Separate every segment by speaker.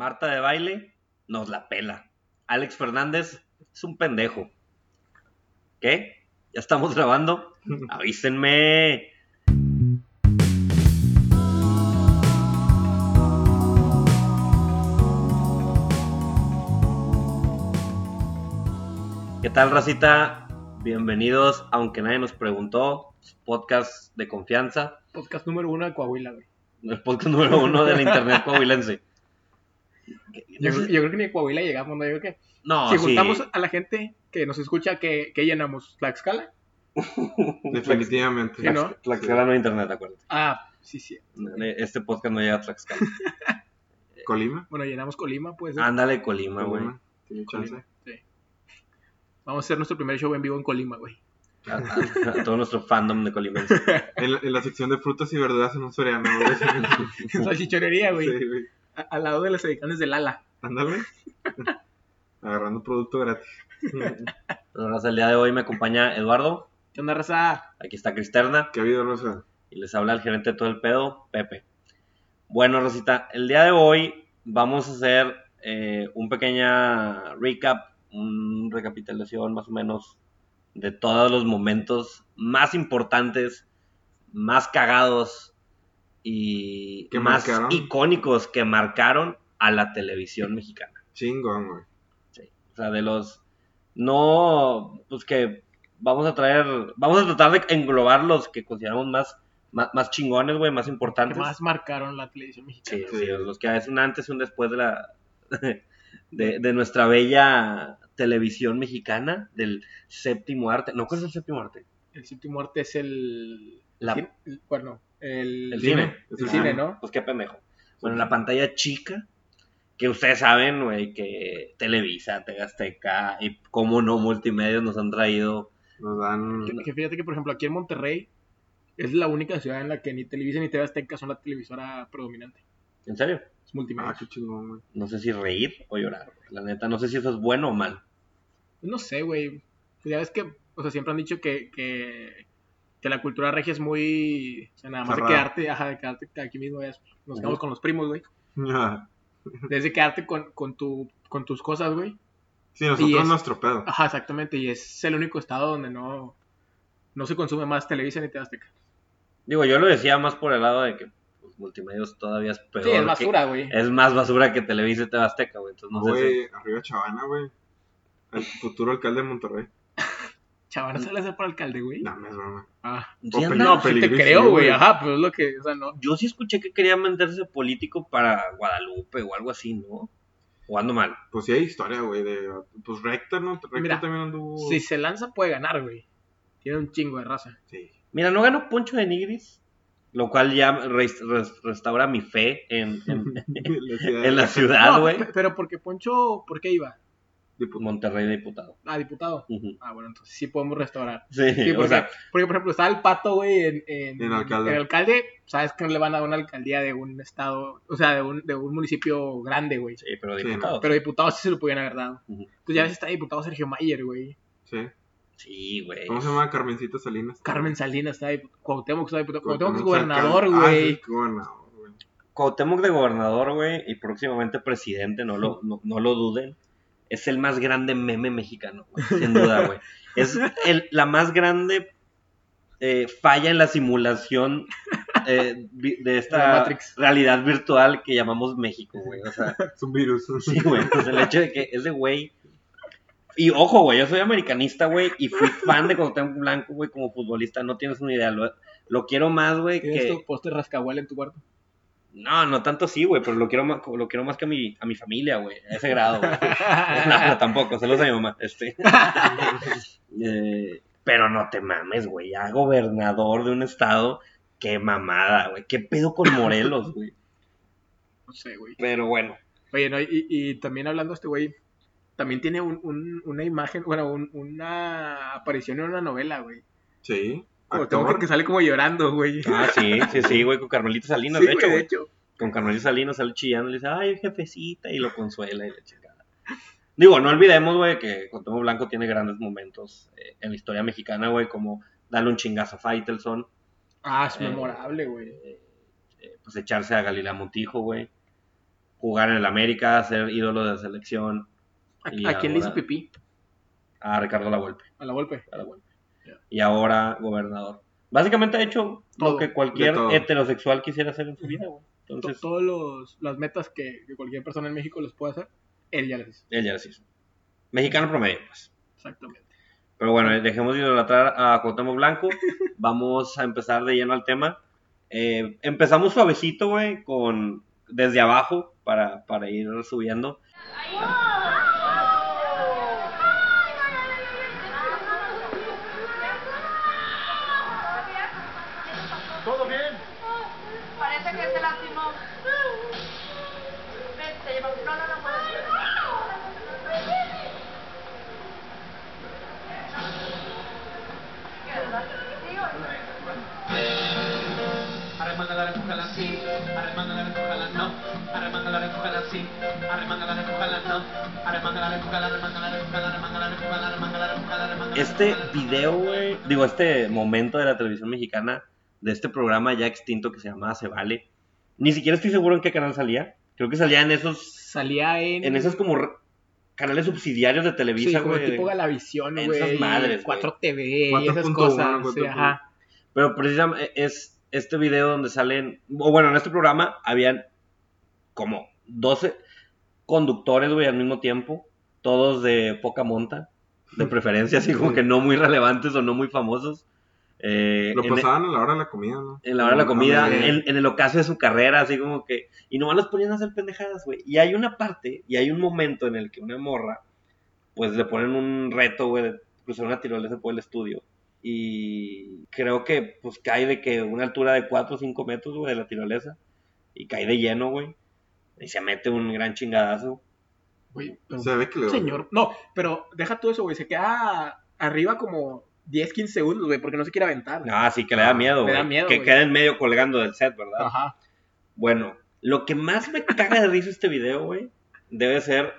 Speaker 1: Marta de baile nos la pela. Alex Fernández es un pendejo. ¿Qué? ¿Ya estamos grabando?
Speaker 2: Ah,
Speaker 1: Avísenme. ¿Qué tal, racita? Bienvenidos, aunque nadie nos preguntó, podcast de confianza,
Speaker 2: Podcast número uno de Coahuila, güey.
Speaker 1: el podcast número uno de la internet coahuilense.
Speaker 2: Yo, creo- yo creo que ni a Coahuila llegamos, ¿no? Yo creo que
Speaker 1: No,
Speaker 2: si
Speaker 1: Ah, sí.
Speaker 2: juntamos a la gente que nos escucha, que, que llenamos Tlaxcala.
Speaker 3: Definitivamente.
Speaker 2: Sí, ¿no?
Speaker 1: Tlaxcala no hay internet, acuérdate.
Speaker 2: Ah, sí, sí.
Speaker 1: Este podcast no llega a Tlaxcala.
Speaker 3: Colima.
Speaker 2: Bueno, llenamos Colima, pues.
Speaker 1: Ándale, Colima, güey.
Speaker 3: Colima. Tiene chance.
Speaker 2: Colima, sí. Vamos a hacer nuestro primer show en vivo en Colima, güey.
Speaker 1: A, a- a todo nuestro fandom de colimenses.
Speaker 3: En la, en la sección de frutas y verduras en un soriano, güey.
Speaker 2: En salchichorería, güey.
Speaker 3: Sí, güey.
Speaker 2: A- Al lado de las ediciones del Ala.
Speaker 3: Ándale. Agarrando producto gratis.
Speaker 1: Entonces, el día de hoy me acompaña Eduardo.
Speaker 2: ¿Qué onda, raza?
Speaker 1: Aquí está Cristerna.
Speaker 3: ¿Qué ha habido, Rosa?
Speaker 1: Y les habla el gerente de todo el pedo, Pepe. Bueno, Rosita, el día de hoy vamos a hacer eh, un pequeña recap, un recapitulación más o menos de todos los momentos más importantes, más cagados y
Speaker 3: Que
Speaker 1: más
Speaker 3: marcaron.
Speaker 1: icónicos que marcaron a la televisión mexicana.
Speaker 3: Chingón, güey.
Speaker 1: O sea, de los. No, pues que vamos a traer. Vamos a tratar de englobar los que consideramos más, más, más chingones, güey, más
Speaker 2: Que
Speaker 1: importantes.
Speaker 2: más marcaron la televisión mexicana.
Speaker 1: Sí, sí, los que es un antes y un después de la. De, de nuestra bella televisión mexicana, del séptimo arte. No, ¿cuál es el séptimo arte?
Speaker 2: El séptimo arte es el...
Speaker 1: La-
Speaker 2: cine- el- bueno, el...
Speaker 1: El cine.
Speaker 3: Es
Speaker 2: El
Speaker 3: el
Speaker 2: cine,
Speaker 3: cine.
Speaker 2: ¿no?
Speaker 1: Pues qué pendejo. Bueno, la pantalla chica, que ustedes saben, güey, que Televisa, Tegasteca y, como no, Multimedios nos han traído.
Speaker 3: Nos dan.
Speaker 2: Que, que fíjate que, por ejemplo, aquí en Monterrey es la única ciudad en la que ni Televisa ni TV Azteca son la televisora predominante.
Speaker 1: ¿En serio?
Speaker 2: Es
Speaker 3: Ah,
Speaker 2: multimedia.
Speaker 3: qué chingón, güey.
Speaker 1: no sé si reír o llorar. La neta, no sé si eso es bueno o mal.
Speaker 2: No sé, güey. Pues Ya ves que, o sea, siempre han dicho que, que, que la cultura regia es muy... O sea, nada más de
Speaker 3: Cerrada.
Speaker 2: quedarte, ajá, de quedarte aquí mismo, ya nos quedamos
Speaker 1: Ujú.
Speaker 2: con los primos, güey. Desde quedarte con, con, tu, con tus cosas, güey.
Speaker 3: Sí,
Speaker 2: Y
Speaker 3: nosotros
Speaker 2: es- Ah,
Speaker 3: nuestro pedo.
Speaker 2: Ajá, exactamente. Y es el único estado donde no, no se consume más Televisa ni TV Azteca.
Speaker 1: Digo, yo lo decía más por el lado de que pues, multimedios todavía es peor.
Speaker 2: Sí, es
Speaker 1: que- eh,
Speaker 2: basura, güey.
Speaker 1: es más basura que Televisa y TV Azteca, güey. Entonces, no sé si-
Speaker 3: Güey, arriba Chavana, güey. El futuro alcalde de Monterrey.
Speaker 2: Chaval, ¿no sale a para alcalde, güey?
Speaker 3: No, me es broma.
Speaker 2: Ah.
Speaker 1: Sí
Speaker 3: O
Speaker 1: anda-
Speaker 2: No, sí te
Speaker 3: Peligrísimo,
Speaker 2: creo, güey.
Speaker 3: güey.
Speaker 2: Ajá, pues es lo que. O sea, no.
Speaker 1: Yo sí escuché que quería meterse político para Guadalupe o algo así, ¿no? Jugando mal.
Speaker 3: Pues sí hay historia, güey. De... Pues recta, ¿no? Recta
Speaker 2: Mira,
Speaker 3: también anduvo.
Speaker 2: Si se lanza, puede ganar, güey. Tiene un chingo de raza.
Speaker 3: Sí.
Speaker 1: Mira, no ganó Poncho de Nigris, lo cual ya res- res- restaura mi fe en, en-
Speaker 3: la ciudad
Speaker 1: en la ciudad,
Speaker 2: No,
Speaker 1: güey.
Speaker 2: pe- pero porque Poncho, ¿por qué iba?
Speaker 3: Diputado.
Speaker 1: Monterrey diputado.
Speaker 2: Ah, diputado.
Speaker 1: Ujú.
Speaker 2: Ah, bueno, entonces sí podemos restaurar.
Speaker 1: Sí,
Speaker 2: Sí,
Speaker 1: o
Speaker 2: porque,
Speaker 1: sea,
Speaker 2: porque, por ejemplo, está el pato, güey, en, en,
Speaker 3: En alcalde.
Speaker 2: en alcalde, Sabes que no le van a dar una alcaldía de un estado, o sea, de un, de un municipio grande, güey.
Speaker 1: sí, pero
Speaker 3: Sí,
Speaker 1: diputado.
Speaker 2: Pero diputados sí se lo podían haber dado.
Speaker 1: Ujú.
Speaker 2: Entonces ya ves, está diputado Sergio Mayer, güey.
Speaker 3: Sí.
Speaker 1: Sí, güey.
Speaker 3: ¿Cómo se llama Carmencita Salinas?
Speaker 2: Carmen Salinas está diputado. Cuauhtémoc está diputado. Cuauhtémoc es
Speaker 3: Cuauhtémoc
Speaker 2: gobernador,
Speaker 3: Sarcán- Ah,
Speaker 2: güey.
Speaker 3: sí, gobernador, güey.
Speaker 1: Cuauhtémoc de gobernador, güey, y próximamente presidente, no lo, no, no lo duden, es el más grande meme mexicano, güey, sin duda, güey. Es el- la más grande eh, falla en la simulación eh, vi- de
Speaker 2: De la
Speaker 1: esta
Speaker 2: Matrix.
Speaker 1: realidad virtual que llamamos México, güey. O sea,
Speaker 3: Es un virus.
Speaker 1: sí, güey. pues el hecho de que ese güey... Y ojo, güey, yo soy americanista, güey, y fui fan de Cuauhtémoc Blanco, güey, como futbolista, no tienes una idea. Lo, lo quiero más, güey, que...
Speaker 2: ¿Tienes tu póster rascahual este en tu cuarto?
Speaker 1: No, no tanto sí, güey, pero lo quiero más, lo quiero más que a mi, a mi familia, güey, a ese grado, güey. No, no, tampoco, saludos a mi mamá, este. Eh, pero no te mames, güey, ya gobernador de un estado, qué mamada, güey, qué pedo con Morelos, güey.
Speaker 2: No sé, güey.
Speaker 1: Pero bueno,
Speaker 2: Oye, no, y, y también hablando este güey, también tiene un- un- una imagen, bueno, un- una aparición en una novela, güey.
Speaker 3: Sí.
Speaker 2: Como tengo que,
Speaker 3: Actor.
Speaker 2: que sale como llorando, güey.
Speaker 1: ah, sí, sí, sí, güey, con Carmelita Salinas,
Speaker 2: Sí,
Speaker 1: de hecho,
Speaker 2: güey,
Speaker 1: güey, con Carmelita Salinas sale chillando, le dice, ay, jefecita, y lo consuela y la chingada. Digo, no olvidemos, güey, que Contemo Blanco tiene grandes momentos eh, en la historia mexicana, güey, como darle un chingazo a Faitelson,
Speaker 2: Ah, es
Speaker 1: Eh.
Speaker 2: memorable, güey.
Speaker 1: eh, pues echarse a Galilea Montijo, güey. jugar en el América, ser ídolo de selección,
Speaker 2: ¿A,
Speaker 1: Y
Speaker 2: a quién le hizo
Speaker 1: ahora-
Speaker 2: pipí?
Speaker 1: a Ricardo La Volpe.
Speaker 2: A la golpe.
Speaker 1: a La Volpe.
Speaker 2: Ya.
Speaker 1: Y ahora gobernador. Básicamente ha hecho lo
Speaker 2: Todo,
Speaker 1: que cualquier
Speaker 3: de todo.
Speaker 1: heterosexual quisiera hacer en su vida, güey. Entonces,
Speaker 2: Todas las metas que, que cualquier persona en México les puede hacer, él ya las hizo.
Speaker 1: él ya lo hizo. Mexicano promedio, pues.
Speaker 2: Exactamente.
Speaker 1: Pero bueno, eh, dejemos de idolatrar a Cuauhtémoc Blanco. Vamos a empezar de lleno al tema. Eh, empezamos suavecito, güey, con desde abajo para, para ir subiendo.
Speaker 4: ¿Todo bien? Parece que se lastimó. Ven, te llevamos. No, no, no puedo. ¿Qué, verdad? Digo,
Speaker 5: Arremángala, recójala, sí. Arremángala, recójala, no. Arremángala, recójala, sí. Arremángala, recójala, no. Arremángala, recójala, arremángala, recójala, arremángala, recójala, arremángala, recójala, arremángala,
Speaker 1: Este
Speaker 5: recójala.
Speaker 1: video, güey, digo, este momento de la televisión mexicana, de este programa ya extinto que se llamaba Se Vale, ni siquiera estoy seguro en qué canal salía. Creo que salía en esos,
Speaker 2: Salía en.
Speaker 1: en esos como re- canales subsidiarios de
Speaker 2: Sí,
Speaker 1: Televisa,
Speaker 2: como
Speaker 1: güey.
Speaker 2: tipo Galavisión,
Speaker 1: en
Speaker 2: güey.
Speaker 1: esas madres, güey.
Speaker 2: 4TV y esas
Speaker 3: 4.1,
Speaker 2: cosas. sí,
Speaker 3: 4.1.
Speaker 2: ajá.
Speaker 1: Pero precisamente es este video donde salen, o bueno, en este programa habían como 12 conductores, güey, al mismo tiempo, todos de poca monta, de preferencia, así como que no muy relevantes o no muy famosos. Eh,
Speaker 3: Lo
Speaker 1: en-
Speaker 3: pasaban a la hora de la comida, ¿no?
Speaker 1: en la hora de
Speaker 2: Ah,
Speaker 1: la comida,
Speaker 3: Sí.
Speaker 1: en, en el ocaso de su carrera, así como que. Y nomás los ponían a hacer pendejadas, güey. Y hay una parte, y hay un momento en el que una morra, pues le ponen un reto, güey, de cruzar una tirolesa por el estudio. Y creo que, pues cae de que una altura de 4 o 5 metros, güey, de la tirolesa. Y cae de lleno, güey. Y se mete un gran chingadazo.
Speaker 2: pues, Güey, pero-
Speaker 3: Se ve que le
Speaker 2: Señor. No, pero deja tú eso, güey. Se queda arriba como 10, 15 segundos, güey, porque no se quiere aventar. güey.
Speaker 1: Ah, sí, que le da miedo,
Speaker 2: le da
Speaker 1: güey.
Speaker 2: miedo,
Speaker 1: Que
Speaker 2: güey.
Speaker 1: queda en medio colgando del set, ¿verdad?
Speaker 2: Ajá.
Speaker 1: Bueno, lo que más me caga de risa este video, güey, debe ser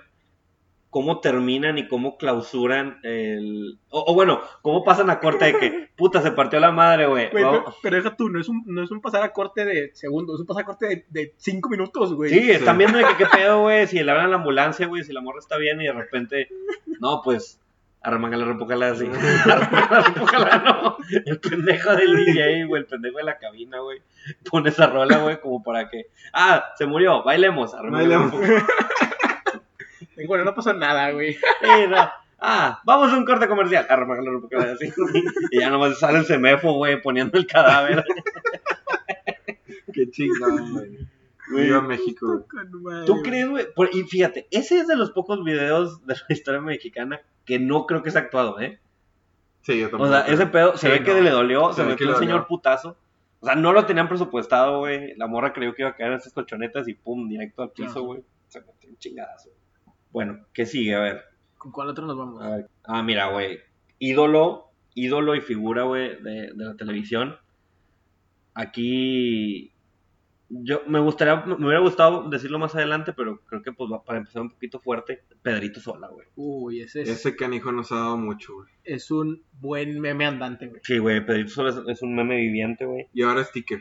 Speaker 1: cómo terminan y cómo clausuran el... O, o bueno, cómo pasan a corte de que, puta, se partió la madre, güey.
Speaker 2: Güey,
Speaker 1: Vamos-
Speaker 2: pero, pero deja tú, no es, un, no es un pasar a corte de segundos, es un pasar a corte de 5 minutos, güey.
Speaker 1: Sí, están viendo de que qué pedo, güey, si le hablan a la ambulancia, güey, si la morra está bien y de repente, no, pues, arremángala, repócala, así, arremángala, repócala, no, el pendejo del DJ, güey, el pendejo de la cabina, güey, pone esa rola, güey, como para que, ah, se murió, bailemos, arremángala,
Speaker 3: Bailemos.
Speaker 1: repócala.
Speaker 2: Bueno, no pasó nada, güey.
Speaker 1: Sí, no. Ah, vamos a un corte comercial. Arremángalo, arremángalo, así. Y ya nomás sale el semefo, güey, poniendo el cadáver.
Speaker 3: Qué chingado, güey. Viva México, güey.
Speaker 1: ¿Tú crees, güey? Por- Y fíjate, ese es de los pocos videos de la historia mexicana que no creo que sea actuado, ¿eh?
Speaker 3: Sí, yo
Speaker 1: O
Speaker 3: tampoco.
Speaker 1: sea, ese pedo se
Speaker 2: Sí,
Speaker 1: ve que
Speaker 2: no.
Speaker 1: le dolió,
Speaker 3: Se
Speaker 1: se
Speaker 3: ve
Speaker 1: metió
Speaker 3: que
Speaker 1: el
Speaker 3: le
Speaker 1: señor
Speaker 3: dolió.
Speaker 1: putazo. O sea, no lo tenían presupuestado, güey. La morra creyó que iba a caer en esas colchonetas y pum, directo al piso,
Speaker 2: Ajá.
Speaker 1: güey. Se metió un chingadazo. Bueno, ¿qué sigue? A ver.
Speaker 2: ¿Con cuál otro nos vamos?
Speaker 1: A ver. Ah, mira, güey. Ídolo, ídolo y figura, güey, de, de la televisión. Aquí. Yo me gustaría, me hubiera gustado decirlo más adelante, pero creo que pues va- para empezar un poquito fuerte, Pedrito Sola, güey.
Speaker 2: Uy, ese
Speaker 1: pues-
Speaker 2: es,
Speaker 3: Ese canijo nos ha dado mucho, güey.
Speaker 2: es un buen meme andante, güey.
Speaker 1: Sí, güey, Pedrito Sola es, es un meme viviente, güey.
Speaker 3: Y ahora sticker.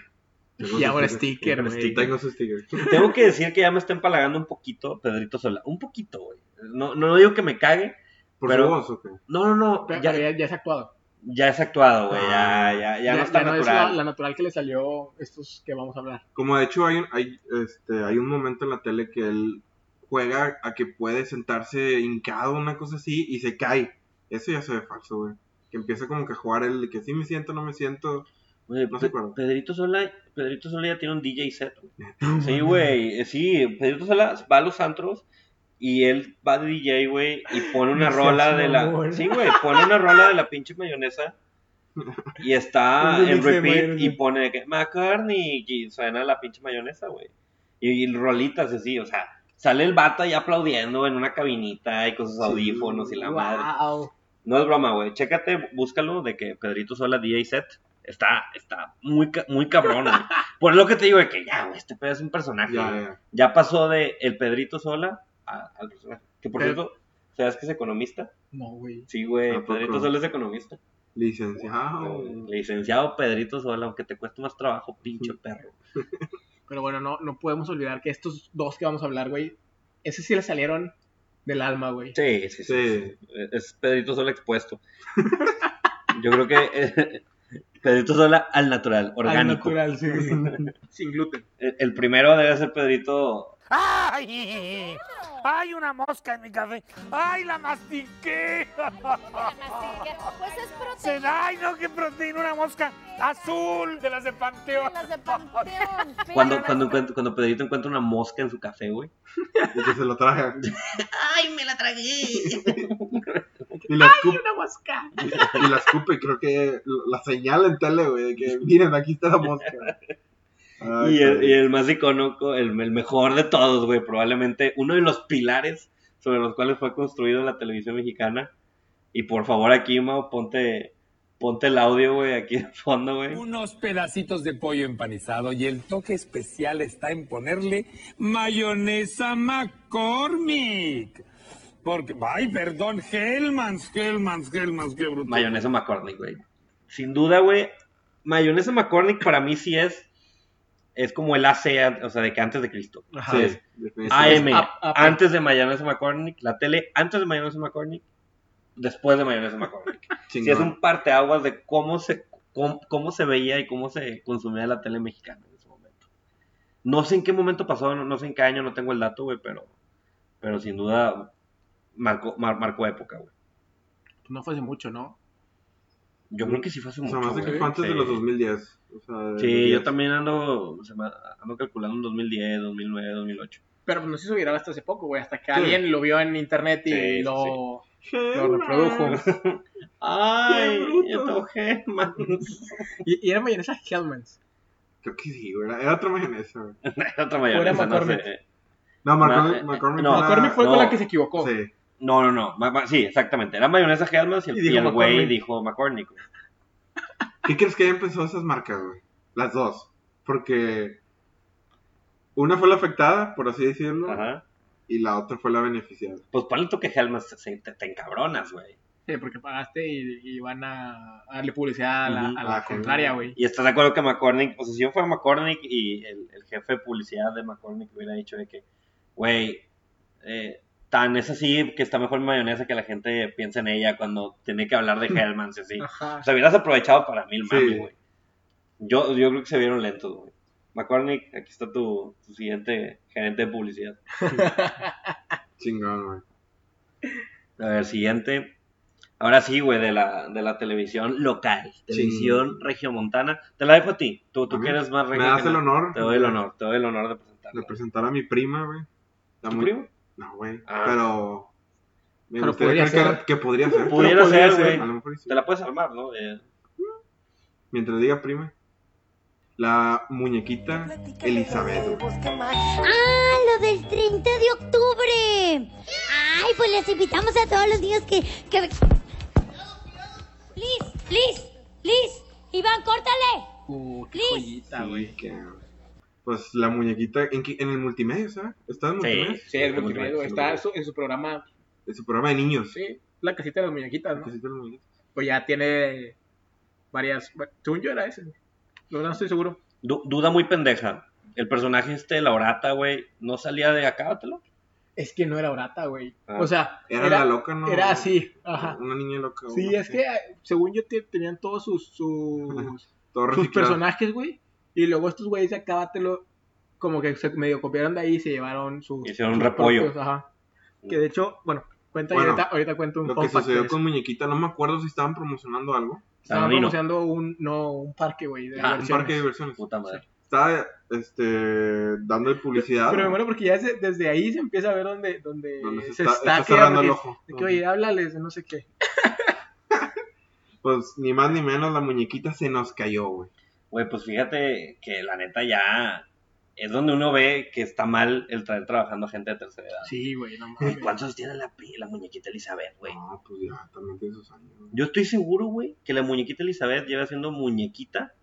Speaker 3: Tengo
Speaker 2: Y
Speaker 3: su
Speaker 2: ahora sticker,
Speaker 1: Tengo
Speaker 2: güey.
Speaker 3: Tengo su sticker.
Speaker 1: Tengo que decir que ya me está empalagando un poquito Pedrito Sola, un poquito, güey. No, no digo que me cague,
Speaker 3: ¿Por
Speaker 1: Pero-
Speaker 3: su voz o qué?
Speaker 1: no, no, no,
Speaker 2: Pero
Speaker 1: ya,
Speaker 2: ya, ya es actuado.
Speaker 1: ya es actuado, güey, ya,
Speaker 3: Ah.
Speaker 1: ya, ya, no está
Speaker 2: es la,
Speaker 1: natural.
Speaker 2: la natural que le salió estos que vamos a hablar.
Speaker 3: Como de hecho hay un, hay, este, hay un momento en la tele que él juega a que puede sentarse hincado, una cosa así, y se cae. Eso ya se ve falso, güey. Que empieza como que a jugar el de que sí me siento, no me siento.
Speaker 1: Güey,
Speaker 3: No se
Speaker 1: Pe-
Speaker 3: acuerda.
Speaker 1: Pedrito Sola, Pedrito Sola ya tiene un DJ set. güey. Sí, güey, eh, sí, Pedrito Sola va a los antros y él va de DJ, güey, y pone una
Speaker 2: No
Speaker 1: rola
Speaker 2: seas
Speaker 1: de la
Speaker 2: mamón.
Speaker 1: Sí, güey, pone una rola de la pinche mayonesa y está
Speaker 2: Un
Speaker 1: en
Speaker 2: remix de
Speaker 1: repeat y
Speaker 2: mayonesa.
Speaker 1: pone de que McCartney y suena la pinche mayonesa, güey. Y, y rolitas y así, o sea, sale el bata ya aplaudiendo en una cabinita y con sus
Speaker 3: Sí,
Speaker 1: audífonos y la madre.
Speaker 2: wow.
Speaker 1: No es broma, güey. Chécate, búscalo de que Pedrito Sola DJ set está, está muy, ca- muy cabrón, güey. Por lo que te digo de que ya, güey, este pedo es un personaje.
Speaker 3: Ya,
Speaker 1: güey.
Speaker 3: ya.
Speaker 1: Ya pasó de el Pedrito Sola a- al personaje. Que por
Speaker 2: Pero-
Speaker 1: cierto, ¿sabes que es economista?
Speaker 2: No, güey.
Speaker 1: Sí, güey,
Speaker 3: ¿A poco? Ah,
Speaker 1: Pedrito Sola es economista.
Speaker 3: Licenciado.
Speaker 1: Licenciado Pedrito Sola, aunque te cueste más trabajo, pinche perro.
Speaker 2: Pero bueno, no, no podemos olvidar que estos dos que vamos a hablar, güey, ese sí le salieron del alma, güey.
Speaker 1: Sí, sí, sí. sí. Es Pedrito Sola expuesto. Yo creo que eh, Pedrito Sola al natural, orgánico.
Speaker 2: Al natural, sí. Sin gluten.
Speaker 1: El, el primero debe ser Pedrito.
Speaker 6: ¡Ay! ¡Ay, una mosca en mi café! ¡Ay, la mastiqué!
Speaker 7: Pues es proteína.
Speaker 6: Se da, ¡Ay, no, qué proteína! Una mosca azul de las de Panteón.
Speaker 7: Las de Panteón.
Speaker 1: Cuando,
Speaker 7: Fíjate,
Speaker 1: cuando, encuent- cuando Pedrito encuentra una mosca en su café, güey.
Speaker 3: Y que se lo traga.
Speaker 1: ¡Ay, me la tragué!
Speaker 3: Y la,
Speaker 2: ¡Ay,
Speaker 3: escupe,
Speaker 2: una mosca!
Speaker 3: y la escupe, creo que la señala en tele, güey, de que miren, aquí está la mosca. Ay,
Speaker 1: Y el,
Speaker 3: güey.
Speaker 1: y el más icónico, el, el mejor de todos, güey, probablemente uno de los pilares sobre los cuales fue construido la televisión mexicana. Y por favor aquí, Mau, ponte, ponte el audio, güey, aquí de fondo, güey.
Speaker 8: Unos pedacitos de pollo empanizado y el toque especial está en ponerle mayonesa McCormick. Porque, ay, perdón, Hellmans, Hellmans, Hellmans, qué brutal.
Speaker 1: Mayonesa McCormick, güey. Sin duda, güey, mayonesa McCormick para mí sí es, es como el AC, an- o sea, de que antes de Cristo.
Speaker 2: Ajá.
Speaker 1: Sí,
Speaker 3: Sí,
Speaker 1: es
Speaker 3: definitivamente.
Speaker 1: AM,
Speaker 2: es up, up.
Speaker 1: antes de mayonesa McCormick, la tele antes de mayonesa McCormick, después de mayonesa McCormick. Sí, es
Speaker 3: Chingón.
Speaker 1: un parteaguas de cómo se, cómo, cómo se veía y cómo se consumía la tele mexicana en ese momento. No sé en qué momento pasó, no, no sé en qué año, no tengo el dato, güey, pero, pero sin duda marcó, mar- marcó época, güey.
Speaker 2: No fue hace mucho, ¿no?
Speaker 1: Yo creo que sí fue hace
Speaker 3: O sea,
Speaker 1: mucho,
Speaker 3: más de que
Speaker 1: güey.
Speaker 3: fue antes
Speaker 1: Sí.
Speaker 3: de los 2010. O sea, de
Speaker 1: Sí, yo
Speaker 3: 2010.
Speaker 1: también ando, se me- ando calculando en 2010, 2009, 2008.
Speaker 2: Pero pues, nos hizo viral hasta hace poco, güey. Hasta que
Speaker 3: Sí.
Speaker 2: alguien lo vio en internet y
Speaker 1: Sí,
Speaker 2: lo, lo
Speaker 3: Hellmans.
Speaker 2: reprodujo.
Speaker 1: ¡Ay!
Speaker 3: bruto!
Speaker 1: yo toqué, man.
Speaker 2: Y, y era mayonesa Hellman's.
Speaker 3: Creo que sí, güey. Era, era otra mayonesa, güey.
Speaker 1: Otra mayonesa,
Speaker 2: Era
Speaker 1: no sé.
Speaker 2: McCormick.
Speaker 3: No,
Speaker 1: eh,
Speaker 3: McCormick, McCormick
Speaker 1: no,
Speaker 3: era-
Speaker 2: McCormick fue con
Speaker 1: no.
Speaker 2: la que se equivocó.
Speaker 3: Ah, Sí.
Speaker 1: No, no, no. ma- ma- sí, exactamente. Era mayonesa Hellmann's y el,
Speaker 3: Y dijo
Speaker 1: y el güey
Speaker 3: McCormick.
Speaker 1: dijo McCormick. güey.
Speaker 3: ¿Qué crees que hayan pensado esas marcas, güey? Las dos. Porque una fue la afectada, por así decirlo,
Speaker 1: Ajá.
Speaker 3: y la otra fue la beneficiada.
Speaker 1: Pues ponle tú que Helmans se- se- te, te encabronas, güey.
Speaker 2: Sí, porque pagaste y, y van a a darle publicidad a la,
Speaker 1: Ujú.
Speaker 2: a la
Speaker 3: Ah, con-
Speaker 2: contraria, güey.
Speaker 1: Y estás de acuerdo que McCormick, pues si yo fuera McCormick y el, el jefe de publicidad de McCormick hubiera dicho de que, güey, eh, tan es así que está mejor en mayonesa que la gente piensa en ella cuando tiene que hablar de Hellmans y así.
Speaker 2: Ajá.
Speaker 1: O sea, hubieras aprovechado para mil
Speaker 3: Sí.
Speaker 1: mami, güey. Yo, yo creo que se vieron lentos, güey. McCormick, aquí está tu, tu siguiente gerente de publicidad.
Speaker 3: Chingón, güey.
Speaker 1: A ver, siguiente. Ahora sí, güey, de la, de la televisión local, televisión regiomontana. Te la dejo a ti. Tú, tú
Speaker 3: ¿A mí?
Speaker 1: que eres más regio.
Speaker 3: Me das
Speaker 1: que
Speaker 3: el
Speaker 1: nada.
Speaker 3: honor
Speaker 1: Te doy el honor, te doy el honor de
Speaker 3: de
Speaker 1: presentarla.
Speaker 3: presentar a mi prima, güey. Está
Speaker 1: ¿Tu
Speaker 3: muy-
Speaker 1: primo?
Speaker 3: No, güey.
Speaker 1: Ah.
Speaker 3: Pero. Me
Speaker 2: Pero
Speaker 3: gustaría
Speaker 2: podría
Speaker 3: creer
Speaker 2: ser.
Speaker 3: que, que podría ser.
Speaker 1: Pudiera
Speaker 3: Pero podría
Speaker 1: ser, güey.
Speaker 3: A lo mejor sí.
Speaker 1: Te la puedes armar, ¿no? Eh,
Speaker 3: Mientras diga prima. La muñequita Elizabeth, güey.
Speaker 9: ¡Ah, lo del 30 de octubre! ¡Ay, pues les invitamos a todos los niños que... que... ¡Liz! ¡Liz! ¡Liz! ¡Iván, córtale!
Speaker 2: Uh, qué
Speaker 9: Liz.
Speaker 2: joyita,
Speaker 3: Sí,
Speaker 2: güey.
Speaker 3: que- Pues la muñequita en, que- en el multimedia, ¿sabes? ¿Está en multimedia?
Speaker 2: Sí, es
Speaker 1: Está muy
Speaker 2: multimedia,
Speaker 1: bien,
Speaker 2: güey.
Speaker 1: sí,
Speaker 2: Está
Speaker 1: muy
Speaker 2: en su, en su programa,
Speaker 3: En su programa de niños.
Speaker 2: sí, la casita de las muñequitas, ¿no?
Speaker 3: Que sí te lo muñequita.
Speaker 2: Pues ya tiene varias... Según yo era ese, güey. No, no estoy seguro.
Speaker 1: du- duda muy pendeja. El personaje este, la orata, güey, no salía de acábatelo.
Speaker 2: Es que no era orata, güey.
Speaker 1: Ah.
Speaker 2: O sea,
Speaker 3: Era, la loca, ¿no?
Speaker 2: Era así, ajá.
Speaker 3: Una niña loca.
Speaker 2: Sí,
Speaker 3: una-
Speaker 2: es que eh, según yo te- tenían todos sus, sus,
Speaker 3: Todo
Speaker 2: sus
Speaker 3: reciclado.
Speaker 2: personajes, güey. Y luego estos güeyes de acábatelo, como que se medio copiaron de ahí y se llevaron sus.
Speaker 1: Hicieron un
Speaker 2: sus
Speaker 1: repollo.
Speaker 2: propios, ajá. Que de hecho, bueno, cuenta y
Speaker 3: Bueno,
Speaker 2: ahorita, ahorita cuento un
Speaker 3: Lo que
Speaker 2: fun fact de
Speaker 3: sucedió
Speaker 2: eso.
Speaker 3: con Muñequita, no me acuerdo si estaban promocionando algo.
Speaker 2: Estaban
Speaker 1: Danilo.
Speaker 2: pronunciando un, no, un parque, güey.
Speaker 1: Ah,
Speaker 2: de
Speaker 1: un
Speaker 3: Un
Speaker 2: diversiones.
Speaker 3: parque de diversiones.
Speaker 1: Puta madre.
Speaker 3: Estaba este, dándole publicidad.
Speaker 2: Pero me muero porque ya se- desde ahí se empieza a ver donde, donde,
Speaker 3: Donde
Speaker 2: se,
Speaker 3: se
Speaker 2: está,
Speaker 3: está- está cerrando
Speaker 2: quedando,
Speaker 3: el
Speaker 2: que-
Speaker 3: ojo.
Speaker 2: de que, oye, háblales de no sé qué.
Speaker 3: Pues ni más ni menos la muñequita se nos cayó, güey.
Speaker 1: Güey, pues fíjate que la neta ya es donde uno ve que está mal el traer trabajando a gente de tercera edad.
Speaker 2: Sí, güey, no mames.
Speaker 1: Güey, ¿Cuántos tiene la, pi- la muñequita Elizabeth, güey?
Speaker 3: No, pues ya, también tiene sus años. güey.
Speaker 1: Yo estoy seguro, güey, que la muñequita Elizabeth lleva siendo muñequita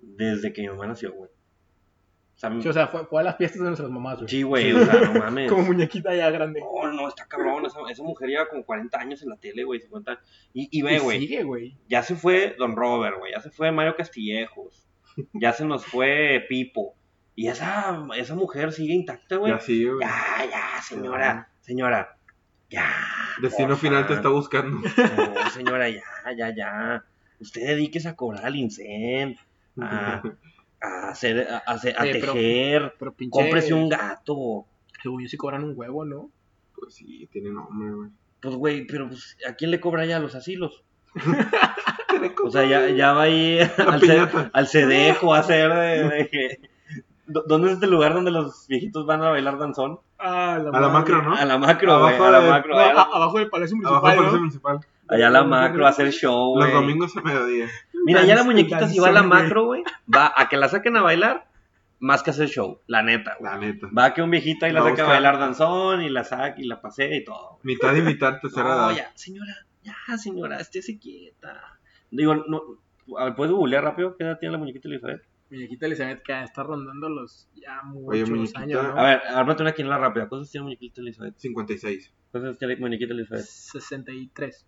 Speaker 1: desde que mi mamá nació, güey. O sea,
Speaker 2: Sí, o sea, fue, fue a las fiestas de nuestras mamás, güey.
Speaker 1: sí, güey, o sea, no mames.
Speaker 2: Como muñequita ya grande.
Speaker 1: No, no, está cabrón. Esa, esa mujer lleva como 40 años en la tele, güey, 50. Y, y
Speaker 2: Y
Speaker 1: ve, güey,
Speaker 2: sigue, güey.
Speaker 1: ya se fue Don Robert, güey, ya se fue Mario Castillejos, ya se nos fue Pipo, Y esa, esa mujer sigue intacta, güey.
Speaker 3: Ya sí, güey.
Speaker 1: Ya, ya, señora, señora. Ya.
Speaker 3: Destino
Speaker 2: Ah.
Speaker 1: por
Speaker 3: final te está
Speaker 1: favor.
Speaker 3: buscando.
Speaker 1: No, señora, ya, ya, ya. Usted dedíquese a cobrar al INSEN,
Speaker 2: Ah.
Speaker 1: a, a hacer, a, hacer- a
Speaker 2: Oye, pero-
Speaker 1: tejer.
Speaker 2: Pero pinche.
Speaker 1: Cómprese un gato.
Speaker 2: Según yo, sí cobran un huevo, ¿no?
Speaker 3: Pues sí, tiene nombre, güey.
Speaker 1: Pues, güey, pero pues, ¿a quién le cobra ya los asilos? O sea, ya, ya va ahí al,
Speaker 3: piñata.
Speaker 1: ce- al cedejo a hacer de, de que- ¿Dó- ¿Dónde es este lugar donde los viejitos van a bailar danzón?
Speaker 2: Ah,
Speaker 3: A la
Speaker 2: madre.
Speaker 3: macro, ¿no?
Speaker 1: A la macro, güey,
Speaker 3: Abajo
Speaker 1: a la
Speaker 3: de-
Speaker 1: macro.
Speaker 2: No,
Speaker 1: allá,
Speaker 2: a-
Speaker 1: a
Speaker 2: abajo del Palacio
Speaker 3: Abajo
Speaker 2: Municipal.
Speaker 3: del Palacio
Speaker 2: ¿no?
Speaker 3: municipal.
Speaker 1: la, allá la macro a hacer show,
Speaker 3: Los
Speaker 1: güey.
Speaker 3: domingos a mediodía.
Speaker 1: Mira, ya la
Speaker 2: Danzón,
Speaker 1: muñequita si va a la
Speaker 2: danzón, güey.
Speaker 1: macro, güey, va a que la saquen a bailar más que a hacer show, la neta, güey.
Speaker 3: La neta.
Speaker 1: Va a que un viejito ahí la
Speaker 3: Va a
Speaker 1: saca a
Speaker 3: buscar.
Speaker 1: bailar danzón y la saca y la pasea y todo.
Speaker 3: Mitad y mitad, tercera
Speaker 1: No,
Speaker 3: edad.
Speaker 1: ya, señora, ya, señora, estése quieta. Digo, no, a ver, ¿puedes googlear rápido qué edad tiene la muñequita Elizabeth?
Speaker 2: Muñequita Elizabeth que está rondando los ya
Speaker 3: Oye,
Speaker 2: muchos
Speaker 3: muñequita.
Speaker 2: años, ¿no?
Speaker 1: A ver, ármate una quiniela rápida. ¿Cuántos tiene muñequita Elizabeth?
Speaker 3: 56.
Speaker 1: ¿Cuántos tiene muñequita Elizabeth?
Speaker 2: 63.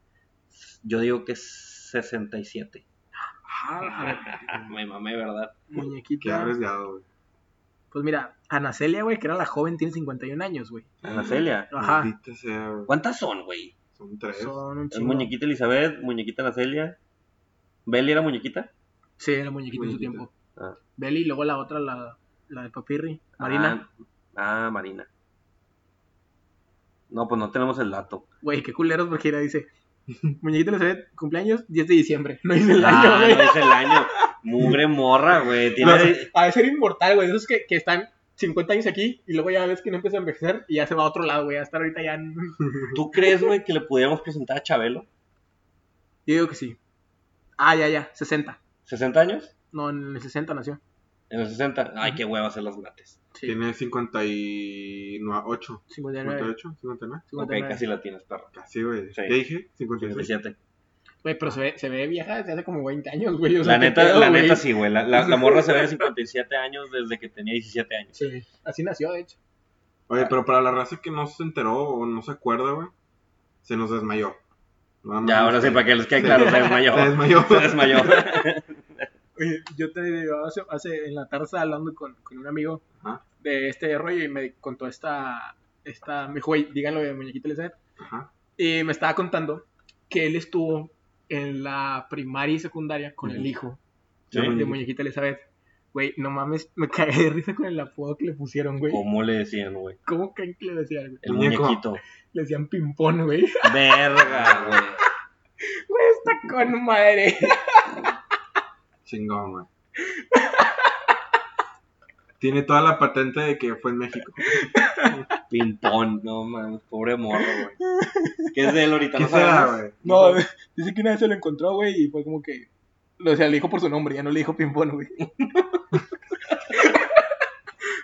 Speaker 1: Yo digo que es 67.
Speaker 2: Ah,
Speaker 1: Me mamé, ¿verdad?
Speaker 3: Qué
Speaker 2: muñequita.
Speaker 3: arriesgado, güey.
Speaker 2: Pues mira, Ana Celia, güey, que era la joven, tiene 51 años, güey.
Speaker 1: Ana Celia.
Speaker 2: Ajá.
Speaker 3: Maldita sea, güey.
Speaker 1: ¿Cuántas son, güey?
Speaker 3: Son tres.
Speaker 2: Son un
Speaker 1: Es
Speaker 2: chingo.
Speaker 1: muñequita Elizabeth, muñequita Ana Celia. ¿Beli era muñequita?
Speaker 2: Sí, era muñequita en su
Speaker 3: Muñequita.
Speaker 2: tiempo.
Speaker 1: Ah.
Speaker 2: Beli, y luego la otra, la, la de Papirri. Marina.
Speaker 1: Ah, ah, Marina. No, pues no tenemos el dato.
Speaker 2: Güey, qué culeros, porque ella dice: Muñequita Elizabeth, cumpleaños 10 de diciembre. No dice el año,
Speaker 1: Ah,
Speaker 2: güey.
Speaker 1: no es el año. Mugre morra, güey. Tiene...
Speaker 2: A ser inmortal, güey. Esos que, que están 50 años aquí y luego ya ves que no empieza a envejecer y ya se va a otro lado, güey. Hasta ahorita ya. en-
Speaker 1: ¿Tú crees, güey, que le pudiéramos presentar a Chabelo?
Speaker 2: Yo digo que sí. Ah, ya, ya. 60.
Speaker 1: ¿60 años?
Speaker 2: No, en el 60 nació.
Speaker 1: En los 60. Ay, qué hueva hacer las mates.
Speaker 2: Sí.
Speaker 3: Tiene 58.
Speaker 2: 59.
Speaker 3: 58, 59.
Speaker 1: Ok,
Speaker 2: 59.
Speaker 1: casi la tienes, perro.
Speaker 3: Casi, güey.
Speaker 1: Sí.
Speaker 3: ¿Qué dije? 56.
Speaker 1: 57.
Speaker 2: Güey, pero se ve, se ve vieja desde hace como 20 años, güey. o sea,
Speaker 1: La
Speaker 2: qué
Speaker 1: neta,
Speaker 2: pedo,
Speaker 1: la
Speaker 2: güey.
Speaker 1: neta sí, güey. La, la- la morra se ve de 57 años desde que tenía 17 años.
Speaker 2: Sí, así nació, de hecho.
Speaker 3: Oye, pero para la raza que no se enteró o no se acuerda, güey, se nos desmayó. Nada más
Speaker 1: Ya, ahora sí,
Speaker 3: se-
Speaker 1: para que les quede claro, se desmayó.
Speaker 3: Se desmayó.
Speaker 1: Se desmayó.
Speaker 2: Oye, yo te hace, hace- en la tarde estaba hablando con, con un amigo
Speaker 3: Ajá.
Speaker 2: de este rollo y me contó esta. esta me dijo, güey, díganlo de Muñequita Elizabeth.
Speaker 3: Ajá.
Speaker 2: Y me estaba contando que él estuvo en la primaria y secundaria con el hijo
Speaker 1: Sí.
Speaker 2: de Muñequita Elizabeth. Güey, no mames, me cagué de risa con el apodo que le pusieron, güey.
Speaker 1: ¿Cómo le decían, güey?
Speaker 2: ¿Cómo creen que le decían, güey?
Speaker 1: El
Speaker 3: Muñeco.
Speaker 1: muñequito.
Speaker 2: Le decían pimpón, güey.
Speaker 1: Verga, güey.
Speaker 2: Güey, está con madre.
Speaker 3: Chingón, güey. Tiene toda la patente de que fue en México.
Speaker 1: Pimpón, no mames, pobre morro, güey. ¿Qué es de él ahorita?
Speaker 3: ¿Qué
Speaker 1: No sabemos.
Speaker 3: será, güey?
Speaker 2: No, dice que una vez se lo encontró, güey, y fue como que. O sea, le dijo por su nombre, ya no le dijo pimpón, güey.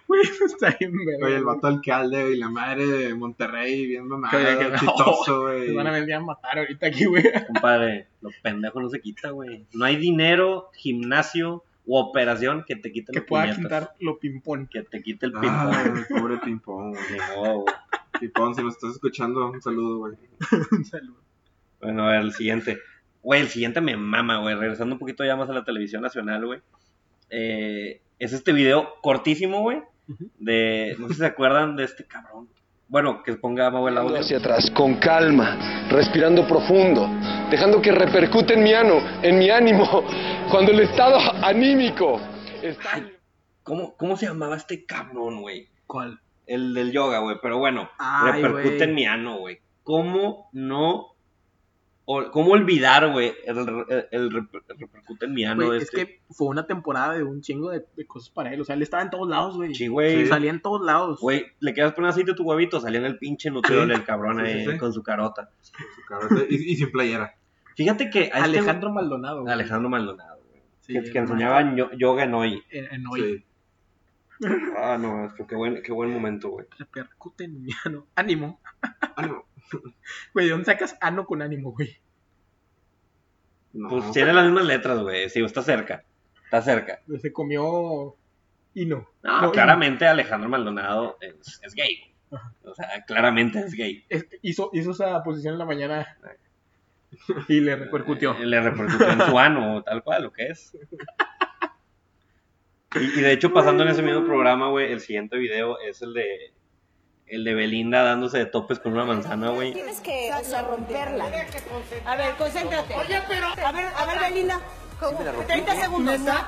Speaker 2: Güey, eso está bien,
Speaker 3: Oye, el
Speaker 2: güey.
Speaker 3: vato alcalde y la madre de Monterrey bien mamado,
Speaker 2: Oye, que no.
Speaker 3: exitoso,
Speaker 2: Nos
Speaker 3: güey.
Speaker 2: van a venir a matar ahorita aquí, güey.
Speaker 1: Compadre, lo pendejo no se quita, güey. No hay dinero, gimnasio u operación que te quite
Speaker 2: Que
Speaker 1: los
Speaker 2: pueda
Speaker 1: puñetas.
Speaker 2: quitar lo pimpón.
Speaker 1: Que te quite el pimpón.
Speaker 3: Ah, güey, pobre Pimpón, güey.
Speaker 1: Ni modo, güey.
Speaker 3: Pimpón, si nos estás escuchando, un saludo, güey.
Speaker 2: Un saludo.
Speaker 1: Bueno, a ver, el siguiente. Güey, el siguiente me mama, güey. Regresando un poquito ya más a la televisión nacional, güey. Eh, es este video cortísimo, güey. De, no sé si se acuerdan de este cabrón. Bueno, que ponga Mau el audio.
Speaker 10: hacia atrás, con calma, respirando profundo, dejando que repercute en mi, ano, en mi ánimo, cuando el estado anímico está...
Speaker 1: Ay, ¿cómo, ¿Cómo se llamaba este cabrón, güey?
Speaker 2: ¿Cuál?
Speaker 1: El del yoga, güey. Pero bueno,
Speaker 2: Ay,
Speaker 1: repercute
Speaker 2: güey.
Speaker 1: en mi ano, güey. ¿Cómo no... ol- ¿Cómo olvidar, güey, el, el- el reper- repercute en mi ano?
Speaker 2: Güey,
Speaker 1: de
Speaker 2: Ah, es
Speaker 1: este?
Speaker 2: que fue una temporada de un chingo de, de cosas para él. O sea, él estaba en todos lados, güey.
Speaker 1: Sí, güey.
Speaker 2: Sí, Salía en todos lados.
Speaker 1: Güey, le quedas poner aceite a tu huevito, salía en el pinche nutriol el cabrón
Speaker 3: Sí, sí,
Speaker 1: ahí
Speaker 3: sí.
Speaker 1: con su carota.
Speaker 3: Su carote. Y, y sin playera.
Speaker 1: Fíjate que a este-
Speaker 2: Alejandro Maldonado. güey.
Speaker 1: Alejandro Maldonado, güey,
Speaker 2: Sí,
Speaker 1: que, que
Speaker 2: el
Speaker 1: enseñaba yo- yoga en hoy.
Speaker 2: maestro En, en hoy.
Speaker 3: Sí.
Speaker 1: Ah, no, es que qué buen, qué buen momento, güey.
Speaker 2: Repercute en mi ano. Ánimo.
Speaker 1: Ah,
Speaker 3: Ánimo.
Speaker 2: Güey, ¿de dónde sacas ano con ánimo, güey?
Speaker 3: No.
Speaker 1: Pues tiene las mismas letras, güey. Sí, está cerca. Está cerca.
Speaker 2: Se comió hino.
Speaker 1: No,
Speaker 2: No,
Speaker 1: claramente Alejandro Maldonado es, es gay. güey. O sea, claramente es gay.
Speaker 2: Es- hizo, hizo esa posición en la mañana y le repercutió.
Speaker 1: Eh, Le repercutió en su ano, tal cual, lo que es. Y, y de hecho, pasando en ese mismo programa, güey, el siguiente video es el de el de Belinda dándose de topes con una manzana, güey.
Speaker 11: Tienes que, o sea, romperla. A ver, concéntrate. Oye, pero... A ver, a ver, Belinda. 30 segundos. Venga.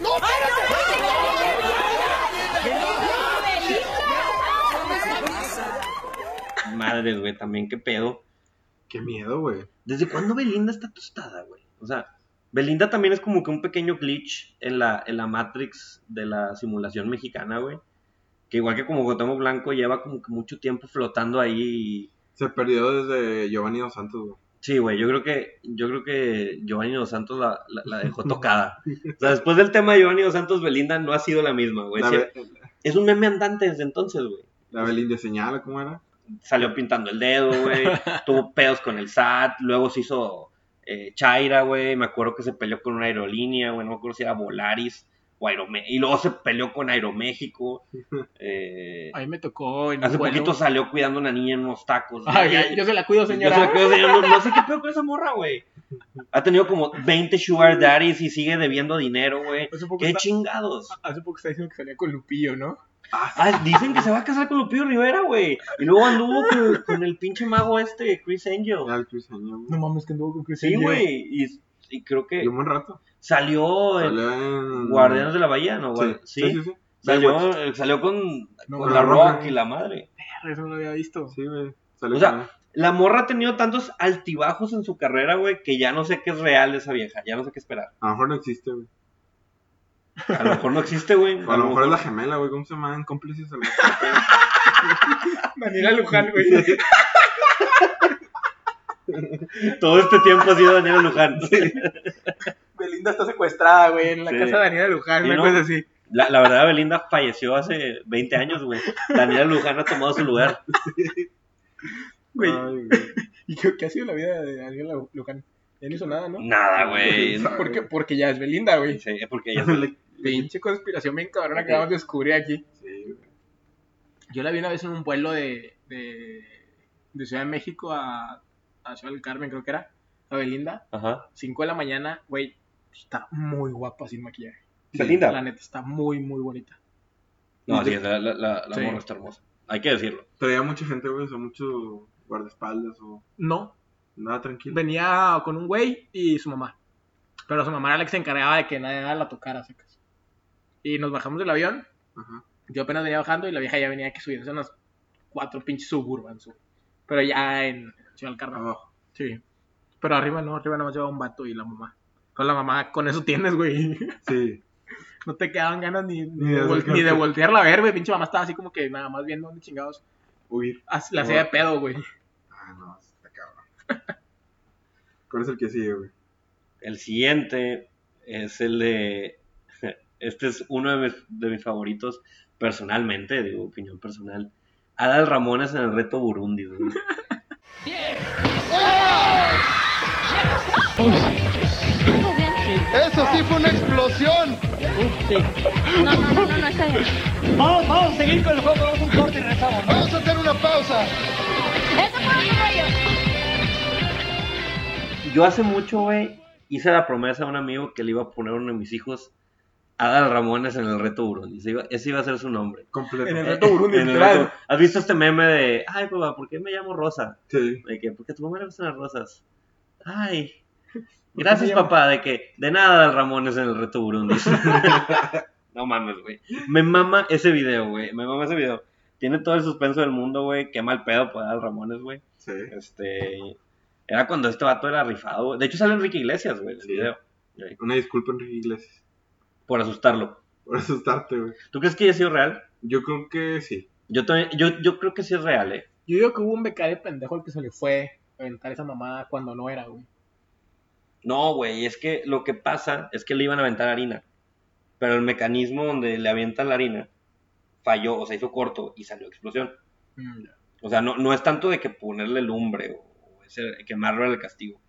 Speaker 11: ¡No,
Speaker 1: Madre, güey, también qué pedo.
Speaker 3: Qué miedo, güey.
Speaker 1: ¿Desde cuándo Belinda está tostada, güey? O sea, Belinda también es como que un pequeño glitch en la, en la Matrix de la simulación mexicana, güey. Que igual que como Gotemo Blanco lleva como que mucho tiempo flotando ahí y-
Speaker 3: Se perdió desde Giovanni Dos Santos, güey.
Speaker 1: Sí, güey, yo creo que, yo creo que Giovanni Dos Santos la, la- la dejó tocada. O sea, después del tema de Giovanni Dos Santos, Belinda no ha sido la misma, güey.
Speaker 3: La,
Speaker 1: Sí,
Speaker 3: Be-
Speaker 1: Es un meme andante desde entonces, güey.
Speaker 3: la Belinda señala, ¿cómo era?
Speaker 1: Salió pintando el dedo, güey. tuvo pedos con el SAT. Luego se hizo eh, Chaira, güey. Me acuerdo que se peleó con una aerolínea, güey. No me acuerdo si era Volaris o Aerome- Y luego se peleó con Aeroméxico. Eh,
Speaker 2: A mí me tocó en un
Speaker 1: hace
Speaker 2: vuelo.
Speaker 1: poquito salió cuidando a una niña en unos tacos.
Speaker 2: Ay,
Speaker 1: Ya- ya-
Speaker 2: yo se la cuido,
Speaker 1: yo
Speaker 2: señora.
Speaker 1: se la cuido, señora. No, no sé qué pedo con esa morra, güey. Ha tenido como 20 sugar daddies y sigue debiendo dinero, güey.
Speaker 2: Hace poco
Speaker 1: Qué
Speaker 2: está-
Speaker 1: chingados.
Speaker 2: Hace poco está diciendo que salía con Lupillo, ¿no?
Speaker 1: Ah, dicen que se va a casar con Lupillo Rivera, güey. Y luego anduvo con, con el pinche mago este, Chris Angel.
Speaker 3: Era el Chris Angel, güey.
Speaker 2: No mames, que anduvo con Chris
Speaker 1: Sí,
Speaker 2: Angel.
Speaker 1: güey. Y, y creo que
Speaker 3: Y un buen rato.
Speaker 1: salió el
Speaker 3: Salió en...
Speaker 1: Guardianes de la Bahía, ¿no? güey?
Speaker 3: Sí, sí, sí. sí.
Speaker 1: Salió, eh, salió con,
Speaker 2: No,
Speaker 1: con
Speaker 3: no,
Speaker 1: la
Speaker 3: no,
Speaker 1: Rock
Speaker 3: no.
Speaker 1: y la madre.
Speaker 2: Verga, Eso no lo había visto.
Speaker 3: Sí, güey. Salió
Speaker 1: O sea,
Speaker 3: con-
Speaker 1: La morra ha tenido tantos altibajos en su carrera, güey, que ya no sé qué es real esa vieja. Ya no sé qué esperar.
Speaker 3: A lo mejor no existe, güey.
Speaker 1: A lo mejor no existe, güey.
Speaker 3: O a lo mejor es la gemela, güey. ¿Cómo se llaman? Cómplices en
Speaker 2: Daniela Luján, güey.
Speaker 1: Todo este tiempo ha sido Daniela Luján.
Speaker 2: Belinda está secuestrada, güey, en la
Speaker 1: Sí.
Speaker 2: casa de Daniela Luján,
Speaker 1: Y
Speaker 2: una
Speaker 1: no-
Speaker 2: cosa así.
Speaker 1: La, la verdad, Belinda falleció hace 20 años, güey. Daniela Luján ha tomado su lugar.
Speaker 2: Güey,
Speaker 3: Ay, güey.
Speaker 2: ¿y qué, qué ha sido la vida de Daniela Luján? Ya no hizo nada, ¿no?
Speaker 1: Nada, güey.
Speaker 2: ¿Por qué? Porque ya es Belinda, güey.
Speaker 1: Sí, porque ella se le-
Speaker 2: Pinche conspiración bien cabrona que acabamos de descubrir aquí.
Speaker 3: Sí, güey.
Speaker 2: Yo la vi una vez en un vuelo de, de, de Ciudad de México a, a Ciudad del Carmen, creo que era, a Belinda,
Speaker 1: Ajá.
Speaker 2: 5 de la mañana, güey, está muy guapa sin maquillaje. La
Speaker 1: Belinda.
Speaker 2: neta, está muy, muy bonita.
Speaker 1: No, sí, la, la, la, la
Speaker 2: Sí.
Speaker 1: morra está hermosa. Hay que decirlo.
Speaker 3: Traía mucha gente, güey. O sea, mucho guardaespaldas o...
Speaker 2: No,
Speaker 3: Nada, tranquilo.
Speaker 2: venía con un güey y su mamá. Pero su mamá era la que se encargaba de que nadie la tocara, sacas. Y nos bajamos del avión,
Speaker 3: Ajá.
Speaker 2: yo apenas venía bajando y la vieja ya venía que subiendo unas cuatro pinches suburban, su- pero ya en Ciudad del Carmen.
Speaker 3: Abajo.
Speaker 2: Sí. Pero arriba no, arriba nada más lleva un vato y la mamá. Con la mamá, con eso tienes, güey.
Speaker 3: Sí.
Speaker 2: No te quedaban ganas ni, ni
Speaker 3: Ni
Speaker 2: de,
Speaker 3: de
Speaker 2: vol-
Speaker 3: acercarte.
Speaker 2: ni de voltearla a ver, güey. Pinche mamá estaba así como que nada más viendo dónde chingados.
Speaker 3: Huir.
Speaker 2: As- La hacía de pedo, güey.
Speaker 3: Ah, no. Está cabrón. ¿Cuál es el que sigue, güey?
Speaker 1: El siguiente es el de. Este es uno de mis, de mis favoritos personalmente, digo, opinión personal. Adal Ramones en el reto Burundi. güey.
Speaker 10: Eso sí fue una explosión.
Speaker 7: No, no, no, no, no está bien.
Speaker 6: Vamos, vamos a seguir con el juego, vamos a un corte y regresamos.
Speaker 10: Vamos a hacer una pausa.
Speaker 7: Eso fue un rollo.
Speaker 1: Yo hace mucho, güey, hice la promesa a un amigo que le iba a poner a uno de mis hijos Adal Ramones en el reto Burundi. Ese iba, ese iba a ser su nombre.
Speaker 3: Completo.
Speaker 2: En el reto Burundi,
Speaker 1: En el
Speaker 2: literal.
Speaker 1: reto- ¿Has visto este meme de, ay, papá, ¿por qué me llamo Rosa?
Speaker 3: Sí.
Speaker 1: De que, porque a tu mamá le gustan las rosas. Ay.
Speaker 2: qué
Speaker 1: Gracias,
Speaker 2: se llama?
Speaker 1: papá, de que de nada Adal Ramones en el reto Burundi. no mames, güey. Me mama ese video, güey. Me mama ese video. Tiene todo el suspenso del mundo, güey. Qué mal pedo por Adal Ramones, güey.
Speaker 3: Sí.
Speaker 1: Este. Era cuando este vato era rifado. güey. De hecho, sale Enrique Iglesias, güey, en el
Speaker 3: Sí.
Speaker 1: video.
Speaker 3: Una disculpa, Enrique Iglesias.
Speaker 1: Por asustarlo.
Speaker 3: Por asustarte, güey.
Speaker 1: ¿Tú crees que haya sido real?
Speaker 3: Yo creo que sí.
Speaker 1: Yo, también, yo, yo creo que sí es real, eh.
Speaker 2: Yo digo que hubo un becario pendejo al que se le fue a aventar esa mamada cuando no era, güey.
Speaker 1: No, güey, es que lo que pasa es que le iban a aventar harina. Pero el mecanismo donde le avientan la harina falló, o sea, hizo corto y salió explosión.
Speaker 2: Mm,
Speaker 1: O sea, no, no es tanto de que ponerle lumbre o, o ese- quemarlo era el castigo. O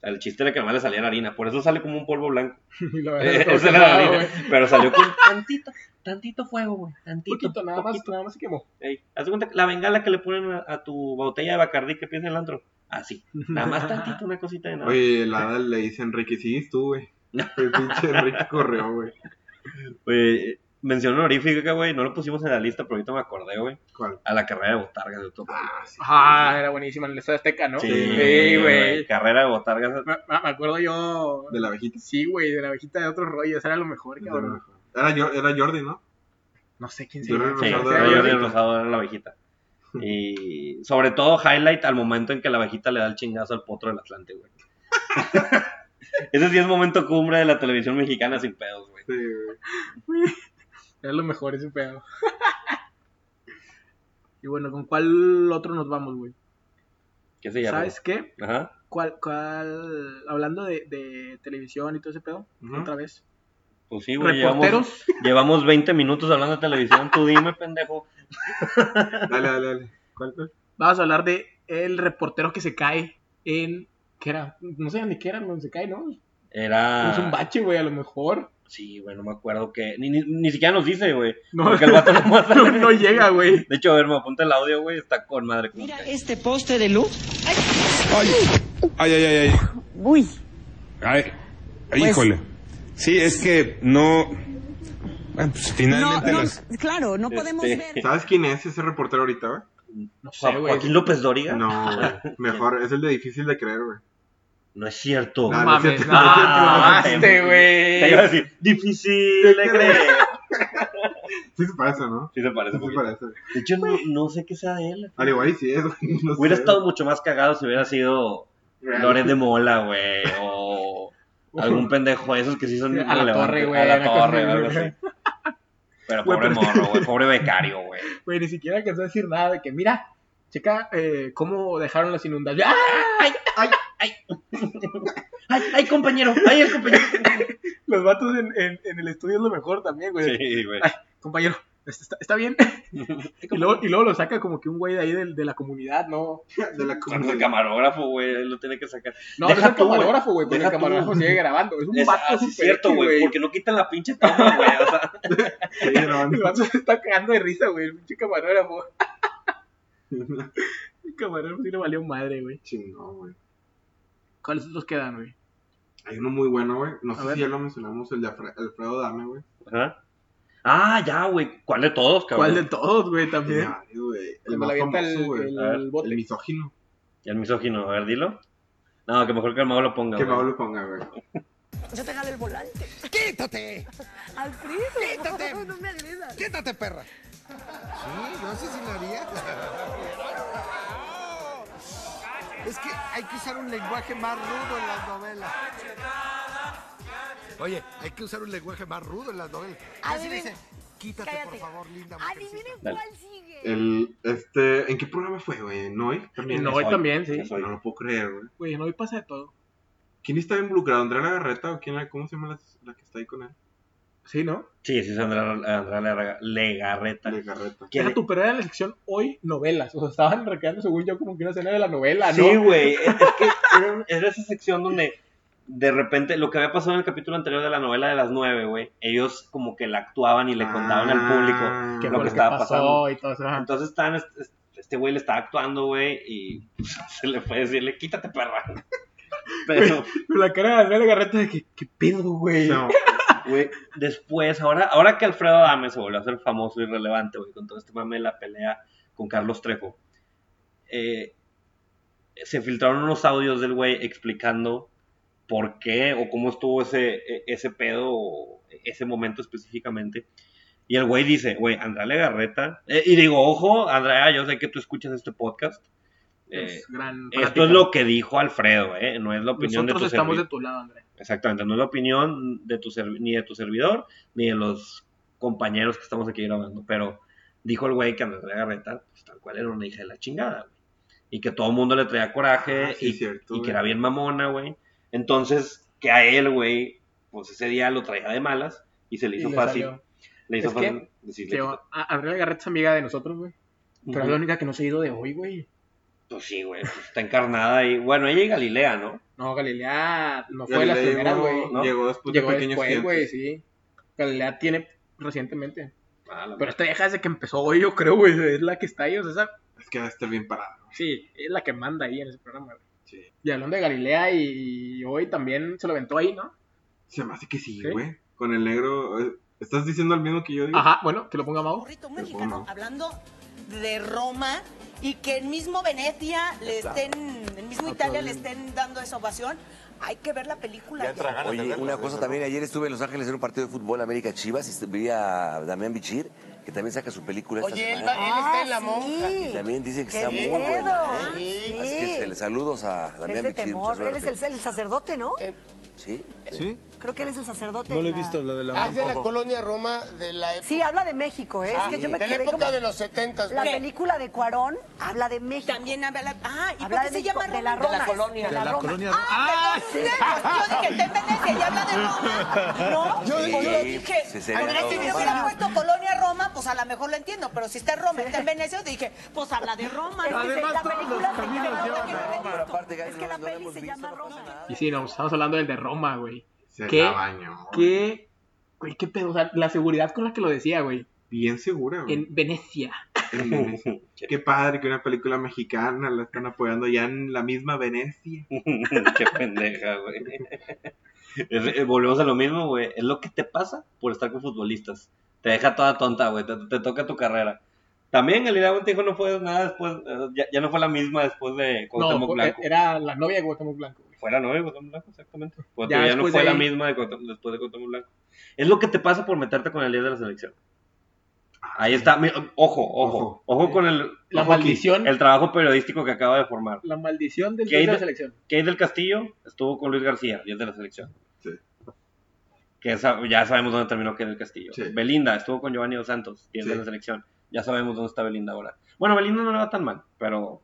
Speaker 1: sea, el chiste era que nomás le salía la harina. Por eso sale como un polvo blanco.
Speaker 2: y la
Speaker 3: Eh,
Speaker 2: verdad,
Speaker 1: Esa era la
Speaker 2: nada,
Speaker 1: harina.
Speaker 2: güey.
Speaker 1: Pero salió con tantito, tantito fuego, güey. Tantito.
Speaker 2: Poquito, nada más,
Speaker 1: poquito.
Speaker 2: nada más se quemó.
Speaker 1: Ey, haz de cuenta que la bengala que le ponen a, a tu botella de Bacardí que piensa el antro. Así. Nada más tantito, una cosita de nada.
Speaker 2: Ah.
Speaker 3: Oye, el Adal le dice a Enrique, sí, tú, güey. El pinche Enrique corrió, güey.
Speaker 1: Oye, mención honorífica, güey. No lo pusimos en la lista, pero ahorita me acordé, güey.
Speaker 3: ¿Cuál?
Speaker 1: A la carrera de botargas de Topo.
Speaker 2: Ah, era buenísima en el Estadio Azteca, ¿no?
Speaker 1: Carrera de botargas.
Speaker 2: Me, me acuerdo yo.
Speaker 3: De la abejita.
Speaker 2: Sí, güey, de la abejita de otros rollos. Era lo mejor, cabrón.
Speaker 3: Era, Jor- era Jordi, ¿no?
Speaker 2: No sé quién se
Speaker 3: Yo era el
Speaker 2: llama.
Speaker 1: Sí,
Speaker 3: Rosado
Speaker 1: sí,
Speaker 3: era
Speaker 1: Jordi
Speaker 3: la
Speaker 1: el
Speaker 3: abejita.
Speaker 1: Rosado era la abejita. Y sobre todo, highlight al momento en que la abejita le da el chingazo al potro del Atlante, güey. Ese sí es momento cumbre de la televisión mexicana sin pedos, güey.
Speaker 3: Sí, güey.
Speaker 2: Era lo mejor ese pedo. y bueno, ¿con cuál otro nos vamos, güey?
Speaker 1: ¿Qué se llama?
Speaker 2: ¿Sabes qué?
Speaker 1: Ajá.
Speaker 2: ¿Cuál, cuál... Hablando de, de televisión y todo ese pedo,
Speaker 3: Ujú.
Speaker 2: otra vez.
Speaker 1: Pues sí, güey. Llevamos,
Speaker 2: ¿Reporteros?
Speaker 1: llevamos 20 minutos hablando de televisión. Tú dime, pendejo.
Speaker 3: Dale, dale, dale. ¿Cuál, cuál?
Speaker 2: Vamos a hablar de el reportero que se cae en... ¿Qué era? No sé ni qué era, donde se cae, ¿no?
Speaker 1: Era.
Speaker 2: Es un bache, güey, a lo mejor.
Speaker 1: Sí, güey, no me acuerdo que. Ni, ni, ni siquiera nos dice, güey.
Speaker 2: No.
Speaker 1: Porque el vato nomás sale.
Speaker 2: No, no llega, güey.
Speaker 1: De hecho, a ver, me apunta el audio, güey. Está con madre. como que-
Speaker 12: Este poste de luz.
Speaker 13: Ay, ay, ay, ay.
Speaker 12: Uy. Pues,
Speaker 13: Ay, ay, híjole. Sí, es que no. Bueno, pues finalmente
Speaker 12: no,
Speaker 13: las-
Speaker 12: claro, no podemos
Speaker 1: Este,
Speaker 12: ver.
Speaker 3: ¿Sabes quién es ese reportero ahorita, güey?
Speaker 2: No sé, güey.
Speaker 1: Joaquín López Dóriga. No,
Speaker 3: No, güey. Mejor, es el de difícil de creer, güey.
Speaker 1: Ah, es cierto.
Speaker 3: No,
Speaker 2: No
Speaker 3: no es
Speaker 2: mames,
Speaker 3: cierto,
Speaker 2: no,
Speaker 3: no es cierto, no
Speaker 1: Ah,
Speaker 2: mamaste, güey.
Speaker 1: Te iba a decir, difícil de creer.
Speaker 3: Sí se parece, ¿no?
Speaker 1: Sí, se parece.
Speaker 3: Sí
Speaker 1: un
Speaker 3: se
Speaker 1: poquito.
Speaker 3: parece.
Speaker 1: De hecho, no, no sé qué sea de él.
Speaker 3: Al igual y sí es, güey. No
Speaker 1: Hubiera
Speaker 3: sé.
Speaker 1: estado mucho más cagado si hubiera sido Loret de Mola, güey. O algún pendejo de esos que sí son
Speaker 2: A la
Speaker 1: relevantes.
Speaker 2: torre, güey,
Speaker 1: A la
Speaker 2: una cosa
Speaker 1: torre,
Speaker 2: así,
Speaker 1: algo
Speaker 2: güey.
Speaker 1: así. Pero
Speaker 2: Güey,
Speaker 1: pobre
Speaker 2: pero-
Speaker 1: morro, güey. Pobre becario, güey.
Speaker 2: Güey, ni siquiera alcanzó a decir nada de que, mira, checa eh, cómo dejaron las inundaciones. ¡Ah!
Speaker 1: ¡Ay, ay, ay! ¡Ay, ay, compañero! ¡Ay, el compañero!
Speaker 2: Los vatos en, en- en el estudio es lo mejor también, güey.
Speaker 1: Sí, güey.
Speaker 2: Ay, compañero, este, ¿está, está bien? y, luego, y luego lo saca como que un güey de ahí del- de, la comunidad, ¿no?
Speaker 3: De la
Speaker 1: Con el
Speaker 3: comunidad.
Speaker 1: camarógrafo, güey. él Lo tiene que sacar.
Speaker 2: No,
Speaker 1: Deja
Speaker 2: no es el
Speaker 1: tú, güey,
Speaker 2: camarógrafo, güey, porque
Speaker 1: deja
Speaker 2: el camarógrafo
Speaker 1: tú.
Speaker 2: sigue grabando. Es un
Speaker 1: Es,
Speaker 2: vato
Speaker 1: ah, sí,
Speaker 2: super
Speaker 1: cierto,
Speaker 2: X,
Speaker 1: güey. Porque no quitan la pinche toma, güey. O sea,
Speaker 3: Sí,
Speaker 2: El
Speaker 3: grabando.
Speaker 2: vato se está cagando de risa, güey, el pinche camarógrafo. El camarógrafo sí le valió madre, güey.
Speaker 3: Chingón, güey.
Speaker 2: ¿Cuáles otros quedan, güey?
Speaker 3: Hay uno muy bueno, güey. No
Speaker 2: A
Speaker 3: sé
Speaker 2: ver.
Speaker 3: si ya lo mencionamos, el de Alfre- Alfredo Dame, güey.
Speaker 1: Ajá. Ah, ya, güey. ¿Cuál de todos, cabrón?
Speaker 2: ¿Cuál de todos, güey, también?
Speaker 3: Nadie, güey. El
Speaker 2: Cuando
Speaker 3: más
Speaker 2: le avienta el-
Speaker 3: famoso, güey.
Speaker 2: el
Speaker 1: A ver,
Speaker 2: bote.
Speaker 3: El misógino.
Speaker 1: El misógino, a ver, dilo. No, que mejor que el mago lo ponga.
Speaker 3: Que
Speaker 1: güey.
Speaker 3: Pablo lo ponga, güey.
Speaker 12: Yo te jalo el volante.
Speaker 14: ¡Quítate!
Speaker 12: Alfredo.
Speaker 14: Quítate.
Speaker 12: No me agredas.
Speaker 14: ¡Quítate, perra! Sí, yo sé si la haría. Es que hay que usar un lenguaje más rudo en las novelas. Oye, hay que usar un lenguaje más rudo en las novelas. Así
Speaker 7: Adivin-
Speaker 14: dice, quítate, por
Speaker 7: cállate.
Speaker 14: favor, linda.
Speaker 7: Adivinen
Speaker 1: Dale.
Speaker 7: cuál sigue.
Speaker 3: El, este, ¿en qué programa fue, güey? ¿En Noy? También.
Speaker 2: En Hoy
Speaker 1: soy,
Speaker 2: también, sí.
Speaker 1: que soy.
Speaker 3: No lo puedo creer, güey.
Speaker 2: Güey, no hoy pasa de todo.
Speaker 3: ¿Quién estaba involucrado? ¿Andrea Lagarreta o quién era? ¿Cómo se llama la, la que está ahí con él?
Speaker 2: Sí, ¿no?
Speaker 1: Sí, sí, es Andrea Andrea Lega- Legarreta.
Speaker 3: Legarreta.
Speaker 1: Que
Speaker 2: Deja
Speaker 1: de-
Speaker 2: tu, pero era la sección hoy novelas. O sea, estaban recreando, según yo, como que una escena de la novela, ¿no?
Speaker 1: Sí, güey. Es es que era, un- era esa sección donde de repente lo que había pasado en el capítulo anterior de la novela de las nueve, güey, ellos como que la actuaban y le contaban al público.
Speaker 3: Ah,
Speaker 2: Que
Speaker 1: lo
Speaker 2: fue
Speaker 1: que estaba
Speaker 2: pasó
Speaker 1: pasando.
Speaker 2: Y todo eso. ajá.
Speaker 1: Entonces estaban, est- est- este güey le estaba actuando, güey, y se le fue a decirle, quítate, perra. Pero,
Speaker 2: Pero la cara de Andrea Legarreta de que, ¿qué pedo, güey?
Speaker 3: No,
Speaker 1: güey, después, ahora, ahora que Alfredo Adame se volvió a hacer famoso y relevante, güey, con todo este mame de la pelea con Carlos Trejo, eh, se filtraron unos audios del güey explicando por qué o cómo estuvo ese, e- ese pedo, o ese momento específicamente. Y el güey dice, güey, Andrea Legarreta, eh, y digo, ojo, Andrea, yo sé que tú escuchas este podcast. eh,
Speaker 2: Es Pues, gran
Speaker 1: esto es lo que dijo Alfredo, eh, no es la opinión
Speaker 2: Nosotros
Speaker 1: de tu
Speaker 2: estamos
Speaker 1: servidor.
Speaker 2: de tu lado, Andrea.
Speaker 1: Exactamente, no es la opinión de tu serv- ni de tu servidor, ni de los compañeros que estamos aquí grabando, pero dijo el güey que Andrea Garreta, pues tal cual era una hija de la chingada, güey. Y que todo el mundo le traía coraje
Speaker 3: Ah, sí,
Speaker 1: y,
Speaker 3: cierto,
Speaker 1: y
Speaker 3: güey.
Speaker 1: que era bien mamona, güey. Entonces, que a él, güey, pues ese día lo traía de malas y se le
Speaker 2: Y
Speaker 1: hizo
Speaker 2: le
Speaker 1: fácil.
Speaker 2: salió.
Speaker 1: Le hizo
Speaker 2: Es que-
Speaker 1: fácil decirle.
Speaker 2: Que,
Speaker 1: quítate.
Speaker 2: a- Andrea Legarreta es amiga de nosotros, güey. Pero es
Speaker 1: Ujú.
Speaker 2: la única que no se ha ido de hoy, güey.
Speaker 1: Pues sí, güey, pues está encarnada y bueno, ella y Galilea, ¿no?
Speaker 2: No, Galilea no fue de
Speaker 3: Galilea
Speaker 2: las primeras,
Speaker 3: llegó-
Speaker 2: güey.
Speaker 1: ¿no? pues,
Speaker 3: Llegó después de
Speaker 2: Llegó
Speaker 3: pequeños
Speaker 2: después, güey,
Speaker 3: Gigantes.
Speaker 2: sí. Galilea tiene recientemente.
Speaker 1: Ah, la
Speaker 2: Pero esta vieja desde que empezó hoy, yo creo, güey. Es la que está ahí, o sea, esa
Speaker 3: Es que va a estar bien parado.
Speaker 2: Sí, es la que manda ahí en ese programa. güey.
Speaker 3: Sí.
Speaker 2: Y hablando de Galilea y hoy también se lo aventó ahí, ¿no?
Speaker 3: Se me hace que sí,
Speaker 2: ¿Sí?
Speaker 3: güey. Con el negro. eh, ¿Estás diciendo el mismo que yo digo?
Speaker 2: Ajá, bueno, que lo ponga Mau.
Speaker 11: Un mexicano hablando de Roma y que el mismo Venecia le estén, el mismo Italia le estén dando esa ovación. Hay que ver la película.
Speaker 15: Oye, una cosa también, ayer estuve en Los Ángeles en un partido de fútbol América Chivas y vi a Damián Bichir, que también saca su película esta
Speaker 16: Oye, él,
Speaker 17: Ah,
Speaker 16: va-
Speaker 15: semana.
Speaker 16: él está en la monja.
Speaker 15: Y también dicen que
Speaker 16: Qué
Speaker 15: está muy
Speaker 16: miedo.
Speaker 15: buena. ¿eh?
Speaker 16: Sí.
Speaker 15: Así que este, saludos a
Speaker 16: Es
Speaker 15: Damián
Speaker 16: de
Speaker 15: Bichir. mucha
Speaker 16: temor. Él es
Speaker 15: suerte.
Speaker 16: el, el sacerdote, ¿no?
Speaker 15: ¿Sí?
Speaker 18: ¿Sí?
Speaker 16: Creo que él es el sacerdote.
Speaker 18: No lo he
Speaker 16: la-
Speaker 18: visto, lo de la
Speaker 16: Ah,
Speaker 18: monja.
Speaker 16: es de la
Speaker 18: Tampoco.
Speaker 16: colonia.
Speaker 11: de Roma de la época.
Speaker 16: Sí, habla de México, ¿eh? es que yo me
Speaker 11: de la
Speaker 16: quedé
Speaker 11: época
Speaker 16: como-
Speaker 11: de los 70.
Speaker 16: La película de Cuarón habla de México.
Speaker 11: También habla. Ah, ¿y
Speaker 16: Habla
Speaker 11: por qué
Speaker 16: de
Speaker 11: se llama
Speaker 16: México, de la
Speaker 11: Roma?
Speaker 16: Roma. De la colonia.
Speaker 18: De la colonia.
Speaker 11: Ah, perdón, yo dije, está en Venecia y habla de Roma. ¿No?
Speaker 16: Yo-
Speaker 15: Sí,
Speaker 16: yo lo
Speaker 11: dije,
Speaker 15: sí, sería
Speaker 11: Porque si
Speaker 15: todo.
Speaker 11: me hubiera puesto Colonia Roma, pues a lo mejor lo entiendo, pero si está en Roma, está en Venecia, yo dije, pues habla de Roma.
Speaker 16: Es que Además, la todos película los se caminos llama llevan Roma,
Speaker 11: Roma.
Speaker 15: Es que la peli se llama
Speaker 2: Y sí, no, estamos hablando del de Roma, güey.
Speaker 3: Se
Speaker 2: ¿Qué?
Speaker 3: la bañó.
Speaker 2: ¿Qué? Güey, qué pedo. O sea, la seguridad con la que lo decía, güey.
Speaker 3: Bien segura, güey.
Speaker 2: En Venecia.
Speaker 3: En Venecia. Qué padre que una película mexicana la están apoyando ya en la misma Venecia.
Speaker 1: Qué pendeja, güey. Es- eh, Volvemos a lo mismo, güey. Es lo que te pasa por estar con futbolistas. Te deja toda tonta, güey. Te, te toca tu carrera. También el Irán Montijo no fue nada después. eh, Ya, ya no fue la misma después de
Speaker 2: No,
Speaker 1: Cuauhtémoc
Speaker 2: fue-
Speaker 1: Blanco.
Speaker 2: era la novia de Cuauhtémoc Blanco. güey.
Speaker 1: Fue la novia de Cuauhtémoc Blanco, exactamente. Porque
Speaker 2: Ya
Speaker 1: ya, no
Speaker 2: después
Speaker 1: fue
Speaker 2: de
Speaker 1: la
Speaker 2: ahí-
Speaker 1: misma de Cuauhtémoc- después de Cuauhtémoc Blanco. Es lo que te pasa por meterte con el líder de la selección. Ahí está. mi- Ojo, ojo. Ojo con el.
Speaker 2: Ah, La
Speaker 1: ojo aquí,
Speaker 2: maldición.
Speaker 1: El trabajo periodístico que acaba de formar.
Speaker 2: La maldición del
Speaker 1: ¿Qué
Speaker 2: dios
Speaker 1: hay
Speaker 2: de la
Speaker 1: de-
Speaker 2: selección.
Speaker 1: Key del Castillo estuvo con Luis García, 10 de la selección. Que esa- ya sabemos dónde terminó Key del Castillo. Belinda estuvo con Giovanni Dos Santos, 10 de
Speaker 3: Sí.
Speaker 1: la selección. Ya sabemos dónde está Belinda ahora. Bueno, Belinda no le va tan mal, pero.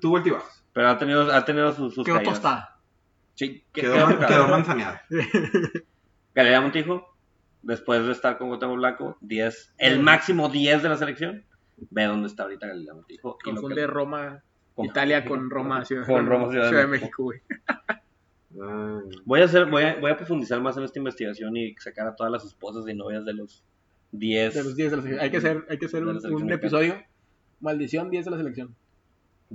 Speaker 3: Tuvo altibajos.
Speaker 1: Pero ha tenido, ha tenido sus, sus
Speaker 2: Quedó
Speaker 1: caídas.
Speaker 2: tostada.
Speaker 1: Sí, que-
Speaker 3: Quedó, man-
Speaker 1: tocada.
Speaker 3: quedó manzaneada.
Speaker 1: Galilea Montijo, después de estar con Gotemo Blanco, 10, el máximo 10 de la selección. Ve dónde está ahorita Galilea Montijo. y lo que-
Speaker 2: Confunde Roma, Italia con Roma, Ciudad,
Speaker 1: Con Roma, Ciudad de
Speaker 2: de México, güey. Ah.
Speaker 1: Voy a hacer, voy a, voy a profundizar más en esta investigación y sacar a todas las esposas y novias de los 10.
Speaker 2: De los 10 de la selección. Hay que hacer, hay que hacer
Speaker 1: de la
Speaker 2: un,
Speaker 1: selección
Speaker 2: un
Speaker 1: mexicana.
Speaker 2: episodio. Maldición 10 de la selección.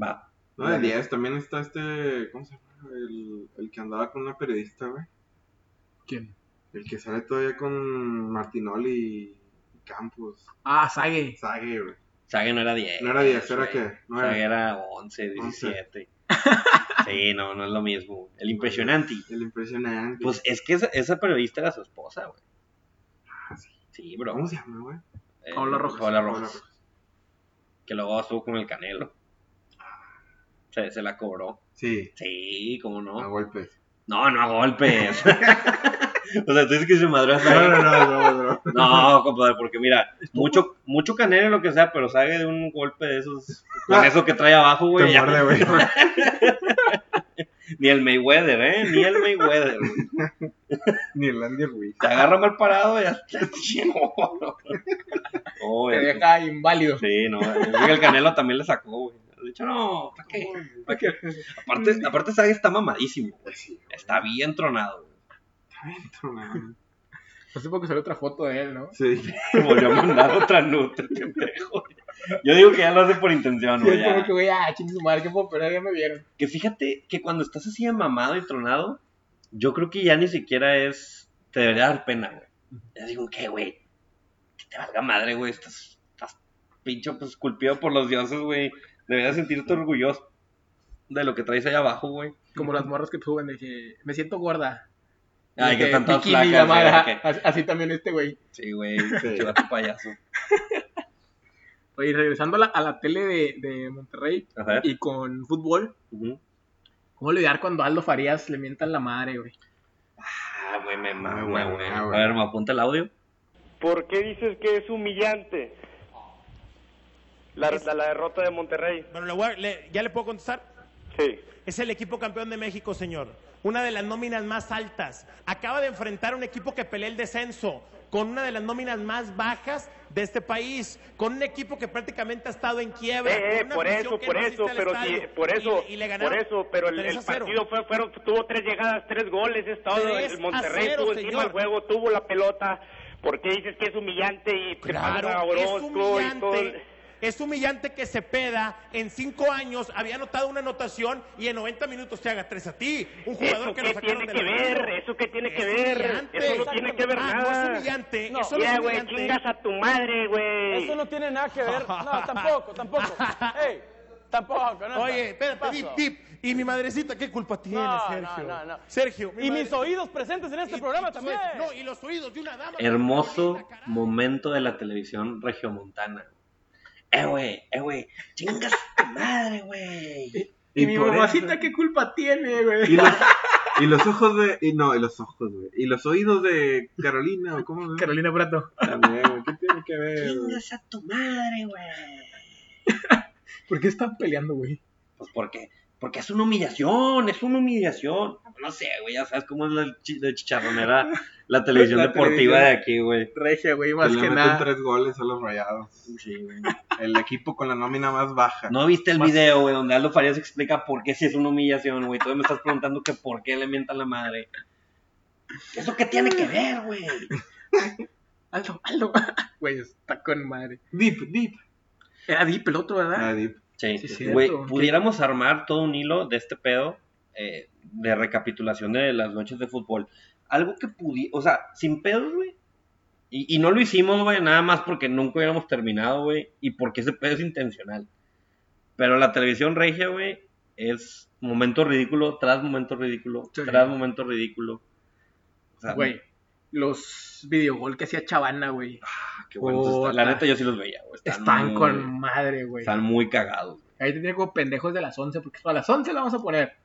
Speaker 1: Va.
Speaker 3: No, de 10. También está este. ¿Cómo se llama? El, el que andaba con una periodista, güey.
Speaker 2: ¿Quién?
Speaker 3: El que sale todavía con Martinoli y Campos.
Speaker 2: Ah, Sague.
Speaker 3: Sague, güey.
Speaker 1: Sague no era 10.
Speaker 3: No era 10, ¿era
Speaker 1: Eh, güey.
Speaker 3: qué? No era.
Speaker 1: Sague era 11, 17. sí, no, no es lo mismo. El impresionante.
Speaker 3: El impresionante.
Speaker 1: Pues es que esa, esa periodista era su esposa, güey. Sí, bro.
Speaker 3: ¿Cómo se llama, güey?
Speaker 1: Eh,
Speaker 3: Paola Rojas.
Speaker 1: Paola
Speaker 3: Paola
Speaker 1: Rojas. Que luego estuvo con el Canelo. Se, se la cobró.
Speaker 3: Sí.
Speaker 1: Sí, cómo no.
Speaker 3: A golpes.
Speaker 1: No, no a golpes. o sea, tú dices que se madró a
Speaker 3: No,
Speaker 1: Sague.
Speaker 3: no, no, no, no.
Speaker 1: No, compadre, porque mira, mucho, mucho canelo y lo que sea, pero sabe de un golpe de esos, con eso que trae abajo, güey.
Speaker 3: Te
Speaker 1: ya.
Speaker 3: muerde, güey.
Speaker 1: Ni el Mayweather, ¿eh? Ni el Mayweather. güey.
Speaker 3: Ni el Andy Ruiz.
Speaker 1: Te agarra mal parado y ya te no, no. No,
Speaker 2: Te
Speaker 1: güey.
Speaker 2: deja inválido.
Speaker 1: Sí, no, yo creo que el canelo también le sacó, güey. De hecho, no, ¿para qué? ¿Para qué? Aparte, aparte Sague está mamadísimo, güey. Está bien tronado, güey.
Speaker 2: Hace poco salió otra foto de él, ¿no?
Speaker 3: Sí.
Speaker 1: Me volvió a mandar otra nota, pendejo. Yo digo que ya lo hace por intención,
Speaker 2: Sí,
Speaker 1: güey.
Speaker 2: es
Speaker 1: ya.
Speaker 2: como que, güey, ah, chingue su madre, ¿qué puedo perder? Ya me vieron.
Speaker 1: Que fíjate que cuando estás así de mamado y tronado, yo creo que ya ni siquiera es. Te debería dar pena, güey. Ya digo, ¿qué, güey? Que te valga madre, güey. Estás, estás pincho, pues, esculpido por los dioses, güey. Deberías sentirte orgulloso de lo que traes ahí abajo, güey.
Speaker 2: Como las morras que suben, de que me siento gorda.
Speaker 1: Ay,
Speaker 2: Y
Speaker 1: que están todas
Speaker 2: bikini,
Speaker 1: flacas,
Speaker 2: la
Speaker 1: güey,
Speaker 2: madre.
Speaker 1: que-
Speaker 2: Así- Así también este, güey.
Speaker 1: Sí, güey. pinche vato payaso.
Speaker 2: Oye, regresando a la, a la tele de, de Monterrey
Speaker 1: Ajá.
Speaker 2: y con fútbol, ¿cómo olvidar cuando a Aldo Farías le mientan la madre, güey?
Speaker 1: Ah, güey, me mama, güey. A ver, me apunta el audio.
Speaker 17: ¿Por qué dices que es humillante la, la derrota de Monterrey?
Speaker 19: Bueno, le voy a- le- ¿ya le puedo contestar?
Speaker 17: Sí.
Speaker 19: Es el equipo campeón de México, señor. Una de las nóminas más altas. Acaba de enfrentar a un equipo que pelea el descenso, con una de las nóminas más bajas de este país, con un equipo que prácticamente ha estado en quiebra.
Speaker 17: Eh, eh,
Speaker 19: con una
Speaker 17: por
Speaker 19: afición
Speaker 17: eso,
Speaker 19: que
Speaker 17: por
Speaker 19: no
Speaker 17: eso,
Speaker 19: asiste al
Speaker 17: pero sí,
Speaker 19: estadio.
Speaker 17: por
Speaker 19: Y-
Speaker 17: eso,
Speaker 19: y le
Speaker 17: por
Speaker 19: ganaron
Speaker 17: eso, pero el,
Speaker 19: 3
Speaker 17: el
Speaker 19: a 0.
Speaker 17: partido fue, fueron, tuvo tres llegadas, tres goles, es todo,
Speaker 19: 3
Speaker 17: el
Speaker 19: a
Speaker 17: Monterrey
Speaker 19: 0,
Speaker 17: tuvo encima
Speaker 19: señor.
Speaker 17: el juego, tuvo la pelota, ¿por qué dices que es humillante y te
Speaker 19: Claro,
Speaker 17: pasan a
Speaker 19: es
Speaker 17: Orozco y todo?
Speaker 19: humillante Es humillante que Cepeda en cinco años había anotado una anotación y en 90 minutos te haga tres a ti. Un jugador
Speaker 17: ¿Eso
Speaker 19: que
Speaker 17: qué
Speaker 19: lo sacaron
Speaker 17: tiene
Speaker 19: de
Speaker 17: que
Speaker 19: la
Speaker 17: ver?
Speaker 19: liga.
Speaker 17: ¿Eso qué tiene que
Speaker 19: Es
Speaker 17: ver?
Speaker 19: humillante.
Speaker 17: Eso no tiene que ver
Speaker 19: Ah, No
Speaker 17: nada.
Speaker 19: es humillante.
Speaker 17: No.
Speaker 19: Eso no
Speaker 17: Ya,
Speaker 19: es
Speaker 17: güey,
Speaker 19: humillante.
Speaker 17: chingas a tu madre, güey.
Speaker 18: Eso no tiene nada que ver. No, tampoco, tampoco. Ey, tampoco, no.
Speaker 19: Oye, espérate, dip, dip. ¿Y mi madrecita qué culpa tiene,
Speaker 18: No, no,
Speaker 19: Sergio?
Speaker 18: no, no.
Speaker 19: Sergio.
Speaker 18: Y mis oídos presentes en este programa
Speaker 19: tus
Speaker 18: también.
Speaker 19: oídos- No, y los oídos de una dama.
Speaker 1: hermoso momento de la televisión regiomontana. Eh, güey, eh, güey, chingas tu madre, güey.
Speaker 2: Y, mi mamacita, ¿qué culpa tiene, güey?
Speaker 3: Y los, y los ojos de. Y no, y los ojos, güey. Y los oídos de Carolina, ¿o cómo?
Speaker 2: Carolina Prato.
Speaker 3: También, güey. ¿Qué tiene que ver? güey?
Speaker 1: Chingas a tu madre, güey.
Speaker 2: ¿Por qué están peleando, güey?
Speaker 1: Pues porque, porque es una humillación, es una humillación. No sé, güey, ya sabes cómo es la, chi- la chicharronera, la televisión
Speaker 3: La
Speaker 1: deportiva
Speaker 3: televisión.
Speaker 1: de aquí, güey.
Speaker 2: Regia, güey,
Speaker 3: Que
Speaker 2: más
Speaker 3: le
Speaker 2: que
Speaker 3: meten
Speaker 2: nada.
Speaker 3: tres goles a los rayados. El equipo con la nómina más baja.
Speaker 1: ¿No viste el video, güey, donde Aldo Farías explica por qué si es una humillación, güey? Todavía me estás preguntando que por qué le mientan la madre. ¿Eso qué tiene que ver, güey?
Speaker 2: Aldo, Aldo. Güey, está con madre. Deep, Deep. Era Deep el otro, ¿verdad?
Speaker 3: Ah, Dip.
Speaker 1: Sí,
Speaker 2: Sí, cierto.
Speaker 1: güey, pudiéramos armar todo un hilo de este pedo eh, de recapitulación de las noches de fútbol. Algo que pudiera, o sea, sin pedos, güey. Y, y no lo hicimos, güey, nada más porque nunca hubiéramos terminado, güey, y porque ese pedo es intencional. Pero la televisión regia, güey, es momento ridículo tras momento ridículo,
Speaker 2: Sí.
Speaker 1: tras momento ridículo. O sea,
Speaker 2: Güey, los videogol que hacía Chavana, güey.
Speaker 1: ah, qué buenos están.
Speaker 2: Puta.
Speaker 1: La neta yo sí los veía, güey. Están,
Speaker 2: Están
Speaker 1: muy-
Speaker 2: con madre, güey.
Speaker 1: Están muy cagados.
Speaker 2: Ahí te tiene como pendejos de las 11, porque a las 11 la vamos a poner.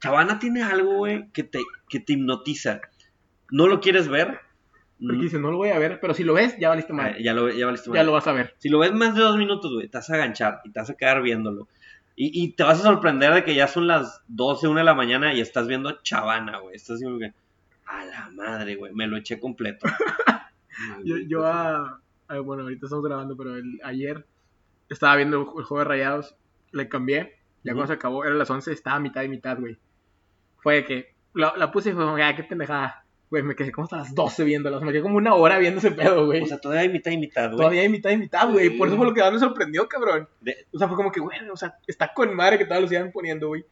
Speaker 1: Chavana tiene algo, güey, que te, que te hipnotiza. No lo quieres ver.
Speaker 2: Porque
Speaker 1: Mm,
Speaker 2: dice, no lo voy a ver, pero si lo ves, ya valiste
Speaker 1: ah,
Speaker 2: madre.
Speaker 1: Ya lo, ya valiste
Speaker 2: Ya
Speaker 1: madre.
Speaker 2: lo vas a ver.
Speaker 1: Si lo ves más de dos minutos, güey, te vas a aganchar y te vas a quedar viéndolo. Y, y te vas a sorprender de que ya son las 12, 1 de la mañana y estás viendo Chavana, güey. Estás así como que, a la madre, güey, me lo eché completo.
Speaker 2: Yo, yo a, a- Bueno, ahorita estamos grabando, pero el- ayer estaba viendo el ju- el juego de rayados. Le cambié. Ya cuando se acabó, eran las 11, estaba mitad y mitad, güey. Fue de que la, la puse y fue como, ah, qué pendejada. Güey, me quedé como hasta las 12 viéndolas. Me quedé como una hora viendo ese pedo, güey.
Speaker 1: O sea, todavía hay mitad y mitad, güey.
Speaker 2: Todavía hay mitad y mitad, güey. Por eso fue lo que más me sorprendió, cabrón.
Speaker 1: De-
Speaker 2: O sea, fue como que, güey, o sea, está con madre que todavía lo sigan poniendo, güey.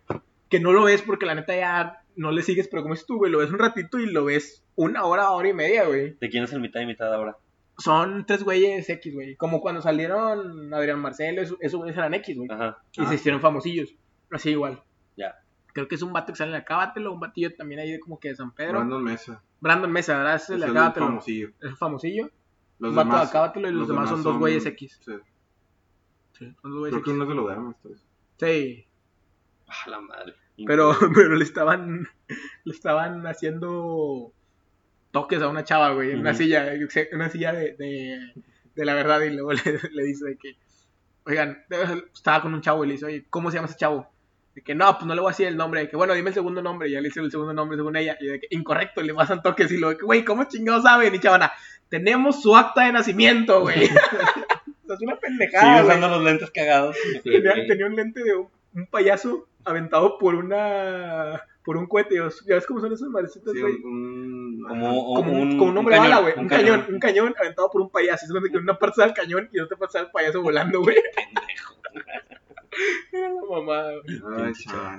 Speaker 2: Que no lo ves porque la neta ya no le sigues, pero como es tú, güey, lo ves un ratito y lo ves una hora, hora y media, güey.
Speaker 1: ¿De quién es el mitad y mitad ahora?
Speaker 2: Son tres güeyes X, güey. Como cuando salieron Adrián Marcelo, esos, esos güeyes eran X, güey.
Speaker 1: Ajá. Ah,
Speaker 2: Y se hicieron famosillos. Así igual.
Speaker 1: Ya.
Speaker 2: Creo que es un vato que sale de acá, bátelo, un batillo también ahí de como que de San Pedro. Brandon,
Speaker 3: Brandon Mesa.
Speaker 2: Mesa, ¿verdad? Ese
Speaker 3: Es
Speaker 2: de
Speaker 3: el
Speaker 2: acá, bátelo.
Speaker 3: famosillo.
Speaker 2: Es el famosillo.
Speaker 3: Los
Speaker 2: un vato de
Speaker 3: demás-
Speaker 2: acá, bátelo, y los,
Speaker 3: los demás
Speaker 2: demás, son dos
Speaker 3: son-
Speaker 2: güeyes X.
Speaker 3: Sí.
Speaker 2: Sí, son dos güeyes
Speaker 3: Creo que
Speaker 2: X.
Speaker 3: uno es de los Dermas. pues.
Speaker 2: Sí.
Speaker 1: A Ah, la madre.
Speaker 2: Pero, pero le estaban le estaban haciendo toques a una chava, güey, en una
Speaker 1: Ujú.
Speaker 2: silla, una silla de, de, de la verdad, y luego le, le dice de que, oigan, estaba con un chavo y le dice, oye, ¿cómo se llama ese chavo? De que no, pues no le voy a decir el nombre, de que bueno, dime el segundo nombre, y ya le dice el segundo nombre según ella, y de que incorrecto, le pasan toques y luego, de que, güey, ¿cómo chingados saben? Y chavana, tenemos su acta de nacimiento, güey. O sea, es una pendejada.
Speaker 1: Sigue
Speaker 2: Ah, güey.
Speaker 1: usando los lentes cagados.
Speaker 2: Tenía, tenía un lente de un, un payaso aventado por una por un cohete. Ya ves- ya ves cómo son esos marecitos,
Speaker 3: Sí,
Speaker 2: güey.
Speaker 3: un- un-
Speaker 1: Como,
Speaker 2: como un, como un hombre
Speaker 1: cañón,
Speaker 2: bala, güey. Un,
Speaker 1: un
Speaker 2: cañón, un cañón aventado por un payaso. Es donde que una parte sale el cañón y otra parte sale el payaso volando, güey. Era la mamada, güey.
Speaker 3: Ay, chaval.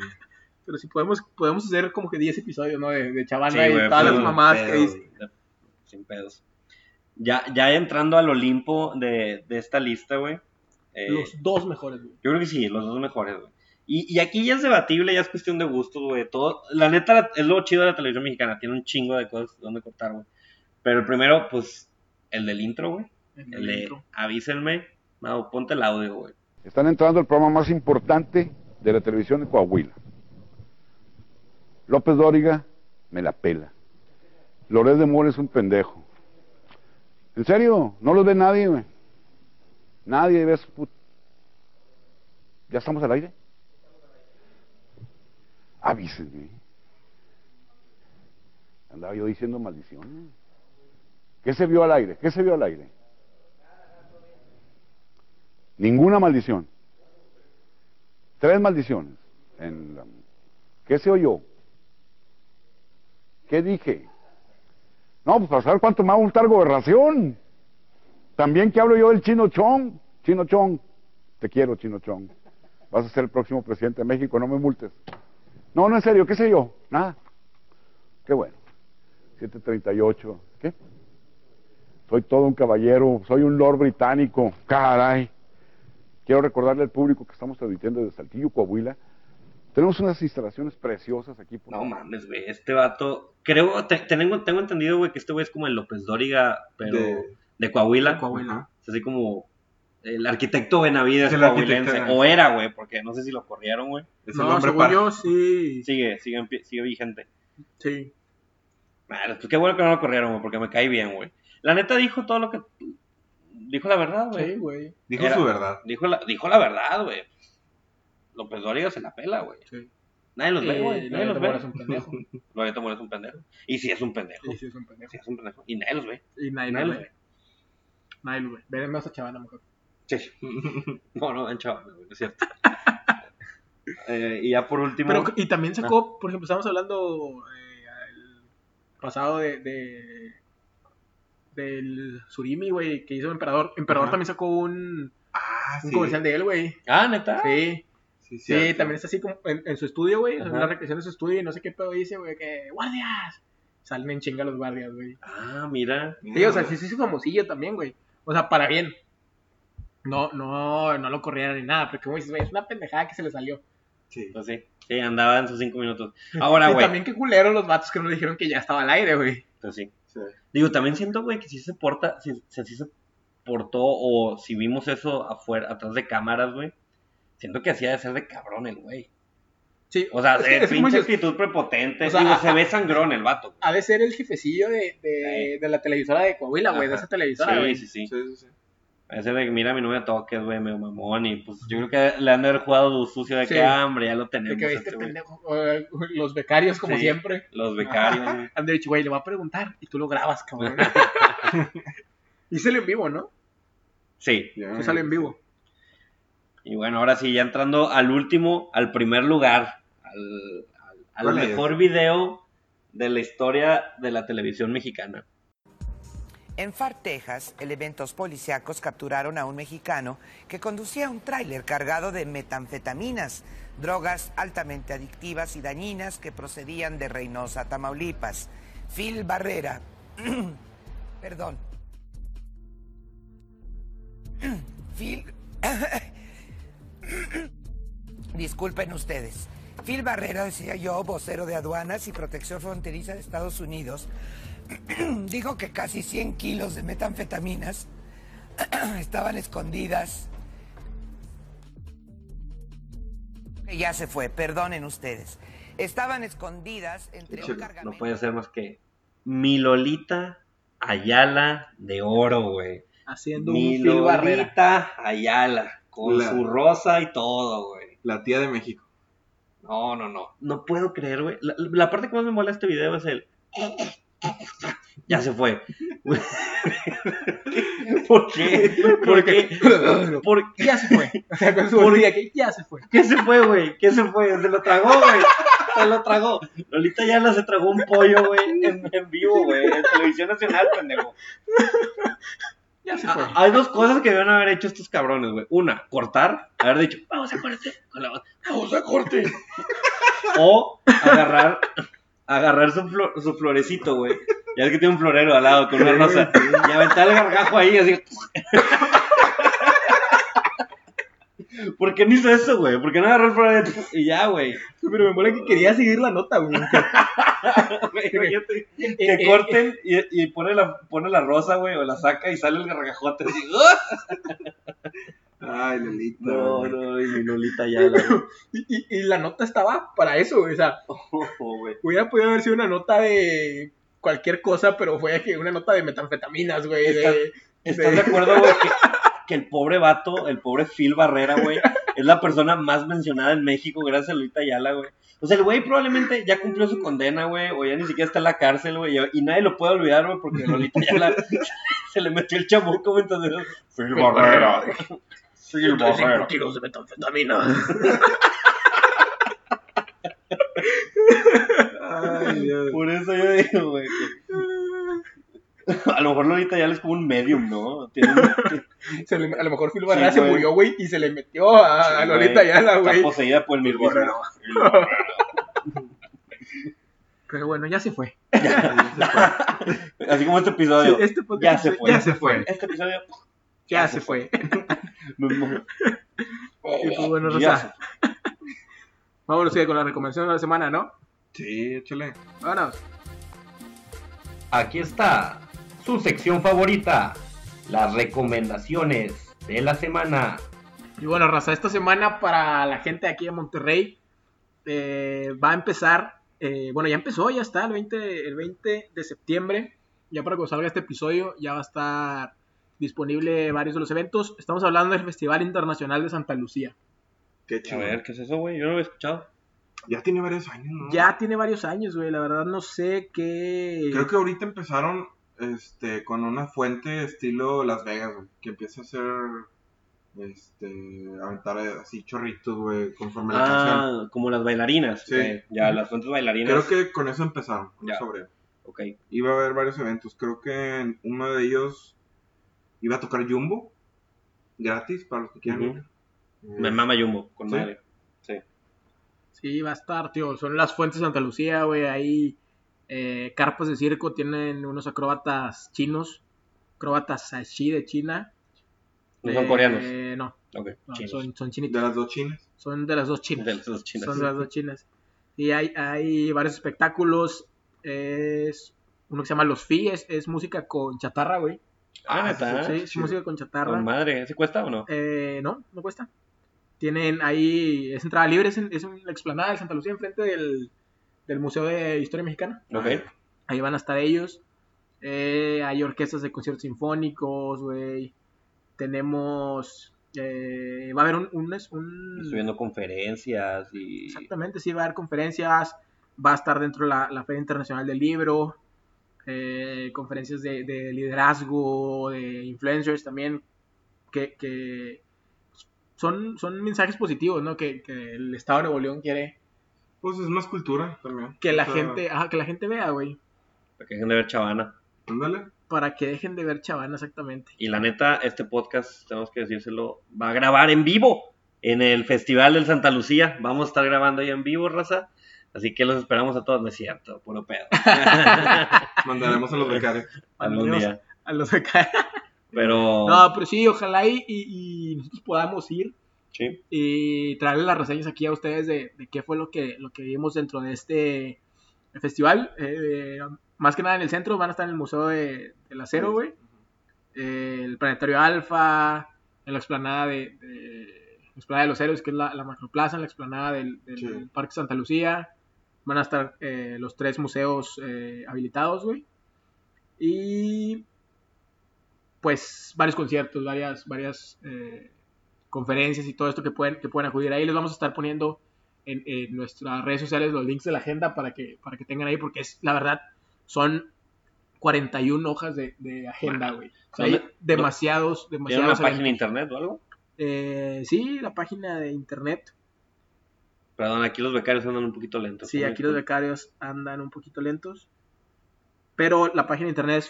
Speaker 2: Pero si podemos, podemos hacer como que 10 episodios, ¿no? De, de
Speaker 1: Sí,
Speaker 2: chavana y
Speaker 1: güey,
Speaker 2: todas las
Speaker 1: pero-
Speaker 2: mamadas que
Speaker 1: pero-
Speaker 2: dice.
Speaker 1: Sin pedos. Ya, ya entrando al Olimpo de, de esta lista, güey. eh,
Speaker 2: Los dos mejores, güey.
Speaker 1: Yo creo que sí, los dos mejores, güey. Y, y aquí ya es debatible, ya es cuestión de gustos, güey. Todo, la neta la- es lo chido de la televisión mexicana, tiene un chingo de cosas donde cortar, güey. Pero el primero, pues, el del intro, güey.
Speaker 2: El
Speaker 1: El de avísenme. No, ponte el audio, güey.
Speaker 20: Están entrando al programa más importante de la televisión de Coahuila. López Dóriga me la pela. Loret de Mora es un pendejo. En serio, no los ve nadie, güey. Nadie ve a su put- ¿Ya estamos al aire? Avísenme. Andaba yo diciendo maldiciones. ¿Qué se vio al aire? ¿Qué se vio al aire? Ninguna maldición. Tres maldiciones. En la- ¿Qué se oyó? ¿Qué dije? No, pues para saber cuánto me va a gustar gobernación. También que hablo yo del chino chong. Chino chong, Te quiero, Chino Chong. Vas a ser el próximo presidente de México, no me multes. No, no, en serio, qué sé yo, nada. Qué bueno. 738, ¿qué? Soy todo un caballero, soy un lord británico, caray. Quiero recordarle al público que estamos transmitiendo desde Saltillo, Coahuila. Tenemos unas instalaciones preciosas aquí. por-
Speaker 1: No mames, güey. Este vato. Creo, te- tengo, tengo entendido, güey, que este güey es como el López Dóriga, pero de,
Speaker 3: De-
Speaker 1: Coahuila.
Speaker 3: de Coahuila.
Speaker 1: Es así como el arquitecto Benavides
Speaker 3: Es el
Speaker 1: coahuilense.
Speaker 3: arquitecto,
Speaker 1: O era, güey, porque no sé si lo corrieron, güey.
Speaker 3: Es el No, hombre según par- yo,
Speaker 1: sí. Sigue, sigue, en pie- sigue vigente.
Speaker 2: Sí.
Speaker 1: Madre, pues qué bueno que no lo corrieron, güey, porque me cae bien, güey. La neta dijo todo lo que. Dijo la verdad, güey.
Speaker 2: Sí, güey.
Speaker 3: Dijo su verdad.
Speaker 1: Dijo la, dijo la verdad, güey. López Dóriga se la pela, güey. Nadie los ve,
Speaker 2: Eh,
Speaker 1: güey. Nadie
Speaker 2: Loreto
Speaker 1: los ve.
Speaker 2: Mora es un pendejo.
Speaker 1: Loreto Mora es un pendejo. Y sí es un pendejo.
Speaker 2: Y sí es un pendejo.
Speaker 1: Sí es un pendejo. Y nadie los ve.
Speaker 2: Y nadie
Speaker 1: Nadie
Speaker 2: lo
Speaker 1: los
Speaker 2: ve. Nadie lo ve. Veremos a Chavana mejor.
Speaker 1: Sí. No, no, en chaval, güey, es cierto. Eh, y ya por último.
Speaker 2: Pero, y también sacó, por ejemplo, estábamos hablando eh, el pasado de, de- del Surimi, güey, que hizo el Emperador. Emperador
Speaker 3: Ajá.
Speaker 2: también sacó un, un
Speaker 3: Ah, sí.
Speaker 2: comercial de él, güey.
Speaker 1: Ah, neta.
Speaker 2: Sí.
Speaker 3: Sí,
Speaker 2: Sí,
Speaker 3: cierto.
Speaker 2: también está así como en, en su estudio, güey, en
Speaker 1: Ajá.
Speaker 2: una recreación de su estudio y no sé qué pedo dice, güey, que guardias. Salen en chinga los guardias, güey.
Speaker 1: Ah, mira.
Speaker 2: Sí, o sea, sí se hizo famosillo también, güey. O sea, para bien. No, no, no lo corrieron ni nada, porque como dices, güey, es una pendejada que se le salió.
Speaker 3: Sí.
Speaker 1: Pues sí. Sí, andaba en sus cinco minutos. Ahora,
Speaker 2: y
Speaker 1: Ah, güey.
Speaker 2: también qué culero los vatos que no le dijeron que ya estaba al aire, güey.
Speaker 1: Pues sí.
Speaker 3: Sí.
Speaker 1: Digo, también siento, güey, que si se porta, si, si así se portó o si vimos eso afuera, atrás de cámaras, güey, siento que hacía de ser de cabrón el güey.
Speaker 2: Sí,
Speaker 1: O sea,
Speaker 2: es
Speaker 1: de
Speaker 2: que- es como
Speaker 1: pinche
Speaker 2: dices-
Speaker 1: actitud prepotente.
Speaker 2: O sea,
Speaker 1: digo,
Speaker 2: a-
Speaker 1: se ve sangrón el vato.
Speaker 2: Ha de ser el jefecillo de, de, de la televisora de Coahuila, güey, de
Speaker 1: Ajá.
Speaker 2: esa televisora, güey.
Speaker 1: Sí, sí, sí.
Speaker 3: Sí, sí, sí.
Speaker 1: Ese de que mira mi novia toques, güey, medio mamón. Y pues yo creo que le han de haber jugado sucio de
Speaker 2: Sí.
Speaker 1: que hambre, ya lo tenemos.
Speaker 2: De que
Speaker 1: este
Speaker 2: viste,
Speaker 1: güey".
Speaker 2: pendejo, eh, los becarios, como
Speaker 1: Sí,
Speaker 2: siempre.
Speaker 1: Los becarios,
Speaker 3: Ah,
Speaker 1: güey.
Speaker 2: Han de dicho, güey, le va a preguntar y tú lo grabas, cabrón. y sale en vivo, ¿no?
Speaker 1: Sí.
Speaker 2: Tú sale en vivo.
Speaker 1: Y bueno, ahora sí, ya entrando al último, al primer lugar, al, al- al
Speaker 3: ¿Cuál es?
Speaker 1: mejor video de la historia de la televisión mexicana.
Speaker 21: En Far, Texas, elementos policíacos capturaron a un mexicano que conducía un tráiler cargado de metanfetaminas, drogas altamente adictivas y dañinas que procedían de Reynosa, Tamaulipas. Phil Barrera, perdón. Phil, Disculpen ustedes. Phil Barrera, decía yo, vocero de aduanas y protección fronteriza de Estados Unidos, dijo que casi 100 kilos de metanfetaminas estaban escondidas. Que ya se fue, perdonen ustedes. Estaban escondidas entre un cargamento.
Speaker 1: No puede ser más que Milolita Ayala de Oro, güey.
Speaker 2: Haciendo un Phil Barrera.
Speaker 1: Milolita Ayala, con
Speaker 3: La-
Speaker 1: su rosa y todo, güey.
Speaker 3: La tía de México.
Speaker 1: No, no, no. No puedo creer, güey. La, la parte que más me molesta de este video es el... Ya se fue. ¿Por qué? ¿Por qué? ¿Por qué?
Speaker 2: Ya se fue. O sea, con su
Speaker 1: Por-
Speaker 2: día que ya se fue.
Speaker 1: ¿Qué se fue, güey? ¿Qué se fue? Se lo tragó, güey. Se lo tragó. Lolita Ayala se tragó un pollo, güey, en, en vivo, güey, en televisión nacional, pendejo.
Speaker 2: Ya se fue.
Speaker 1: Ah, Hay dos cosas que deben haber hecho estos cabrones, güey. Una, cortar, haber dicho, vamos a corte, con la voz, vamos a corte. O agarrar, agarrar su, flo- su florecito, güey. Ya es que tiene un florero al lado con una rosa. Y aventar el gargajo ahí, así. ¿Por qué no hizo eso, güey? ¿Por qué no agarró el florero y ya, güey?
Speaker 2: Pero me mola que quería seguir la nota, güey.
Speaker 1: Imagínate
Speaker 2: Eh,
Speaker 1: que
Speaker 2: eh,
Speaker 1: corten y, y pone, la, pone la rosa, güey, o la saca y sale el gargajote. así.
Speaker 3: Ay, Lolita.
Speaker 1: No, no, y mi Lolita Ayala, güey.
Speaker 2: Y, y- y la nota estaba para eso, güey. O sea,
Speaker 1: Ojo, Oh, güey.
Speaker 2: hubiera podido haber sido una nota de cualquier cosa, pero fue que una nota de metanfetaminas, güey. de-
Speaker 1: ¿Estás de acuerdo, güey? Que, que el pobre vato, el pobre Phil Barrera, güey, es la persona más mencionada en México gracias a Lolita Ayala, güey. O sea, el güey probablemente ya cumplió su condena, güey, o ya ni siquiera está en la cárcel, güey, y- y nadie lo puede olvidar, güey, porque Lolita Ayala se le metió el chamuco, güey, entonces... Phil Barrera. Phil Barrera.
Speaker 2: kilos de metanfetaminas.
Speaker 3: Ay, Dios.
Speaker 1: Por eso yo digo, güey. que- A lo mejor ahorita ya es como un medium, ¿no? Tiene un-
Speaker 2: se le- a lo mejor Phil Barrera
Speaker 1: Sí,
Speaker 2: se
Speaker 1: güey.
Speaker 2: murió, güey, y se le metió a, a Lolita Ayala, güey.
Speaker 1: Está poseída por el
Speaker 2: Borrero.
Speaker 1: mismo.
Speaker 2: Pero bueno, ya se fue.
Speaker 1: Así como este episodio.
Speaker 2: Sí, este podcast
Speaker 1: ya se
Speaker 2: se-
Speaker 1: fue.
Speaker 2: ya se fue.
Speaker 1: Este episodio.
Speaker 2: Ya se fue. Y pues bueno,
Speaker 1: Ya
Speaker 2: Rosa. Vámonos güey, con la recomendación de la semana, ¿no? Sí, échale. Vámonos.
Speaker 4: Aquí está su sección favorita, las recomendaciones de la semana.
Speaker 2: Y bueno, Raza, esta semana para la gente de aquí de Monterrey eh, va a empezar, eh, bueno, ya empezó, ya está, el 20, el 20 de septiembre, ya para que salga este episodio, ya va a estar disponible varios de los eventos. Estamos hablando del Festival Internacional de Santa Lucía.
Speaker 3: Qué
Speaker 1: A ver, ¿qué es eso, güey? Yo no lo he escuchado.
Speaker 3: Ya tiene varios años, ¿no?
Speaker 2: Ya tiene varios años, güey, la verdad no sé qué...
Speaker 3: Creo que ahorita empezaron este, con una fuente estilo Las Vegas, güey, que empieza a hacer, este, aventar así chorritos, güey, conforme la canción.
Speaker 1: Ah, como las bailarinas.
Speaker 3: Sí.
Speaker 1: ok. Ya, las fuentes bailarinas.
Speaker 3: Creo que con eso empezaron, con
Speaker 1: Ya.
Speaker 3: un sobreo.
Speaker 1: Ok.
Speaker 3: Iba a haber varios eventos, creo que en uno de ellos iba a tocar Jumbo, gratis para los que quieran
Speaker 1: Ujú.
Speaker 3: ir. Eh,
Speaker 1: Me mama Jumbo, con
Speaker 3: Sí.
Speaker 1: madre. Sí.
Speaker 2: Sí, va a estar, tío. Son las fuentes de Santa Lucía, güey. Ahí eh, carpas de circo tienen unos acróbatas chinos, acróbatas así de China.
Speaker 1: No son coreanos.
Speaker 2: Eh, no,
Speaker 1: Ok,
Speaker 2: no,
Speaker 1: chinos.
Speaker 2: son, son chinitos. ¿De las
Speaker 3: dos chinas?
Speaker 2: Son de las dos chinas.
Speaker 1: De las dos chinas.
Speaker 2: Son de las dos chinas. Y hay, hay varios espectáculos. Es uno que se llama Los Fies, es música con chatarra, güey.
Speaker 1: Ah, ¿neta?
Speaker 2: Sí, es música con chatarra.
Speaker 1: Con madre. ¿Se cuesta o no?
Speaker 2: Eh, no, no cuesta. Tienen ahí, es entrada libre, es en, es en la explanada de Santa Lucía, enfrente del, del Museo de Historia Mexicana.
Speaker 1: Ok.
Speaker 2: Ahí van a estar ellos. Eh, hay orquestas de conciertos sinfónicos, güey. Tenemos. eh, va a haber un. un, es- un-
Speaker 1: Estoy viendo conferencias y.
Speaker 2: exactamente, sí, va a haber conferencias. Va a estar dentro la, la Feria Internacional del Libro. eh, conferencias de, de liderazgo, de influencers también. Que, que son, son mensajes positivos, ¿no? Que, que el Estado de Nuevo León quiere
Speaker 3: Pues es más cultura también.
Speaker 2: que la
Speaker 3: O sea,
Speaker 2: gente, ajá, que la gente vea, güey.
Speaker 1: Para que dejen de ver Chavana.
Speaker 2: Para que dejen de ver chavana, exactamente.
Speaker 1: Y la neta, este podcast, tenemos que decírselo, va a grabar en vivo en el Festival del Santa Lucía. Vamos a estar grabando ahí en vivo, raza. Así que los esperamos a todos, no es cierto, puro pedo.
Speaker 3: Mandaremos a los becarios.
Speaker 1: Algún
Speaker 2: Mandaremos
Speaker 1: día.
Speaker 2: A los acá.
Speaker 1: Pero.
Speaker 2: No, pero sí, ojalá y, y- y nosotros podamos ir
Speaker 1: Sí.
Speaker 2: y traerles las reseñas aquí a ustedes de, de qué fue lo que, lo que vimos dentro de este festival. Eh, más que nada en el centro, van a estar en el Museo de, del Acero, güey. Eh, el Planetario Alfa, en la explanada de, de- la explanada de los Héroes, que es la, la macroplaza, en la explanada del, del
Speaker 3: Sí.
Speaker 2: Parque Santa Lucía. Van a estar eh, los tres museos eh, habilitados, güey. Y pues varios conciertos, varias, varias eh, conferencias y todo esto que pueden, que pueden acudir ahí. Les vamos a estar poniendo en, en nuestras redes sociales los links de la agenda para que, para que tengan ahí, porque es, la verdad, son 41 hojas de, de agenda, güey. O sea, hay
Speaker 1: ¿Dónde-
Speaker 2: demasiados,
Speaker 1: ¿Tiene una
Speaker 2: demasiados.
Speaker 1: página de
Speaker 2: eventos.
Speaker 1: internet o algo?
Speaker 2: Eh, sí, la página de internet.
Speaker 1: Perdón, aquí los becarios andan un poquito lentos.
Speaker 2: Sí, aquí los becarios andan un poquito lentos. Pero la página de internet es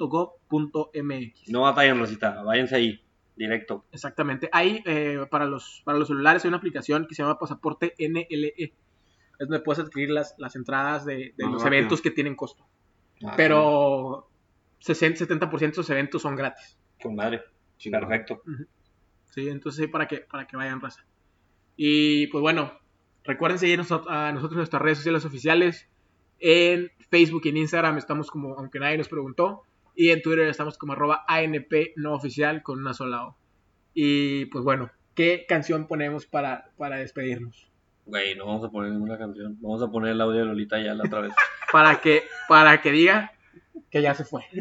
Speaker 2: festivalsantalucía.gov.mx.
Speaker 1: No batallen, Rosita, váyanse ahí, directo.
Speaker 2: Exactamente. Ahí eh, para, los, para los celulares hay una aplicación que se llama Pasaporte NLE. Es donde puedes adquirir las, las entradas de, de
Speaker 1: Ah,
Speaker 2: los
Speaker 1: rápido.
Speaker 2: eventos que tienen costo. Pero 60, 70% de los eventos son gratis.
Speaker 1: Con madre. Perfecto.
Speaker 2: Sí, entonces sí, para que, para que vayan raza. Y pues bueno, recuerden seguirnos a, a nosotros en nuestras redes sociales oficiales. En Facebook y en Instagram estamos como, aunque nadie nos preguntó. Y en Twitter estamos como arroba ANP no oficial con una sola O. Y pues bueno, ¿qué canción ponemos para, para despedirnos?
Speaker 1: Güey, no vamos a poner ninguna canción. Vamos a poner el audio de Lolita ya la otra vez.
Speaker 2: Para que, para que diga que ya se fue.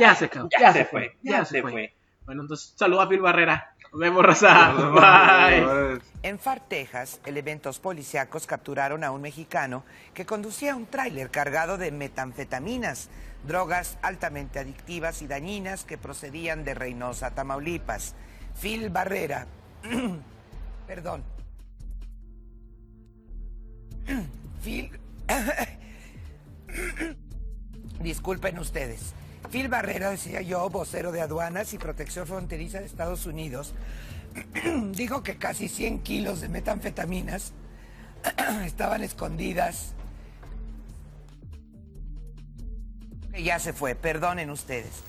Speaker 2: ya se acabó, ya, se fue, ya se fue. Bueno, entonces saludo a Phil Barrera. Nos vemos, raza. Bye.
Speaker 21: En Far, Texas, elementos policíacos capturaron a un mexicano que conducía un tráiler cargado de metanfetaminas, drogas altamente adictivas y dañinas que procedían de Reynosa, Tamaulipas. Phil Barrera, perdón. Phil, disculpen ustedes. Phil Barrera, decía yo, vocero de aduanas y protección fronteriza de Estados Unidos, dijo que casi 100 kilos de metanfetaminas estaban escondidas. Que Ya se fue, perdonen ustedes.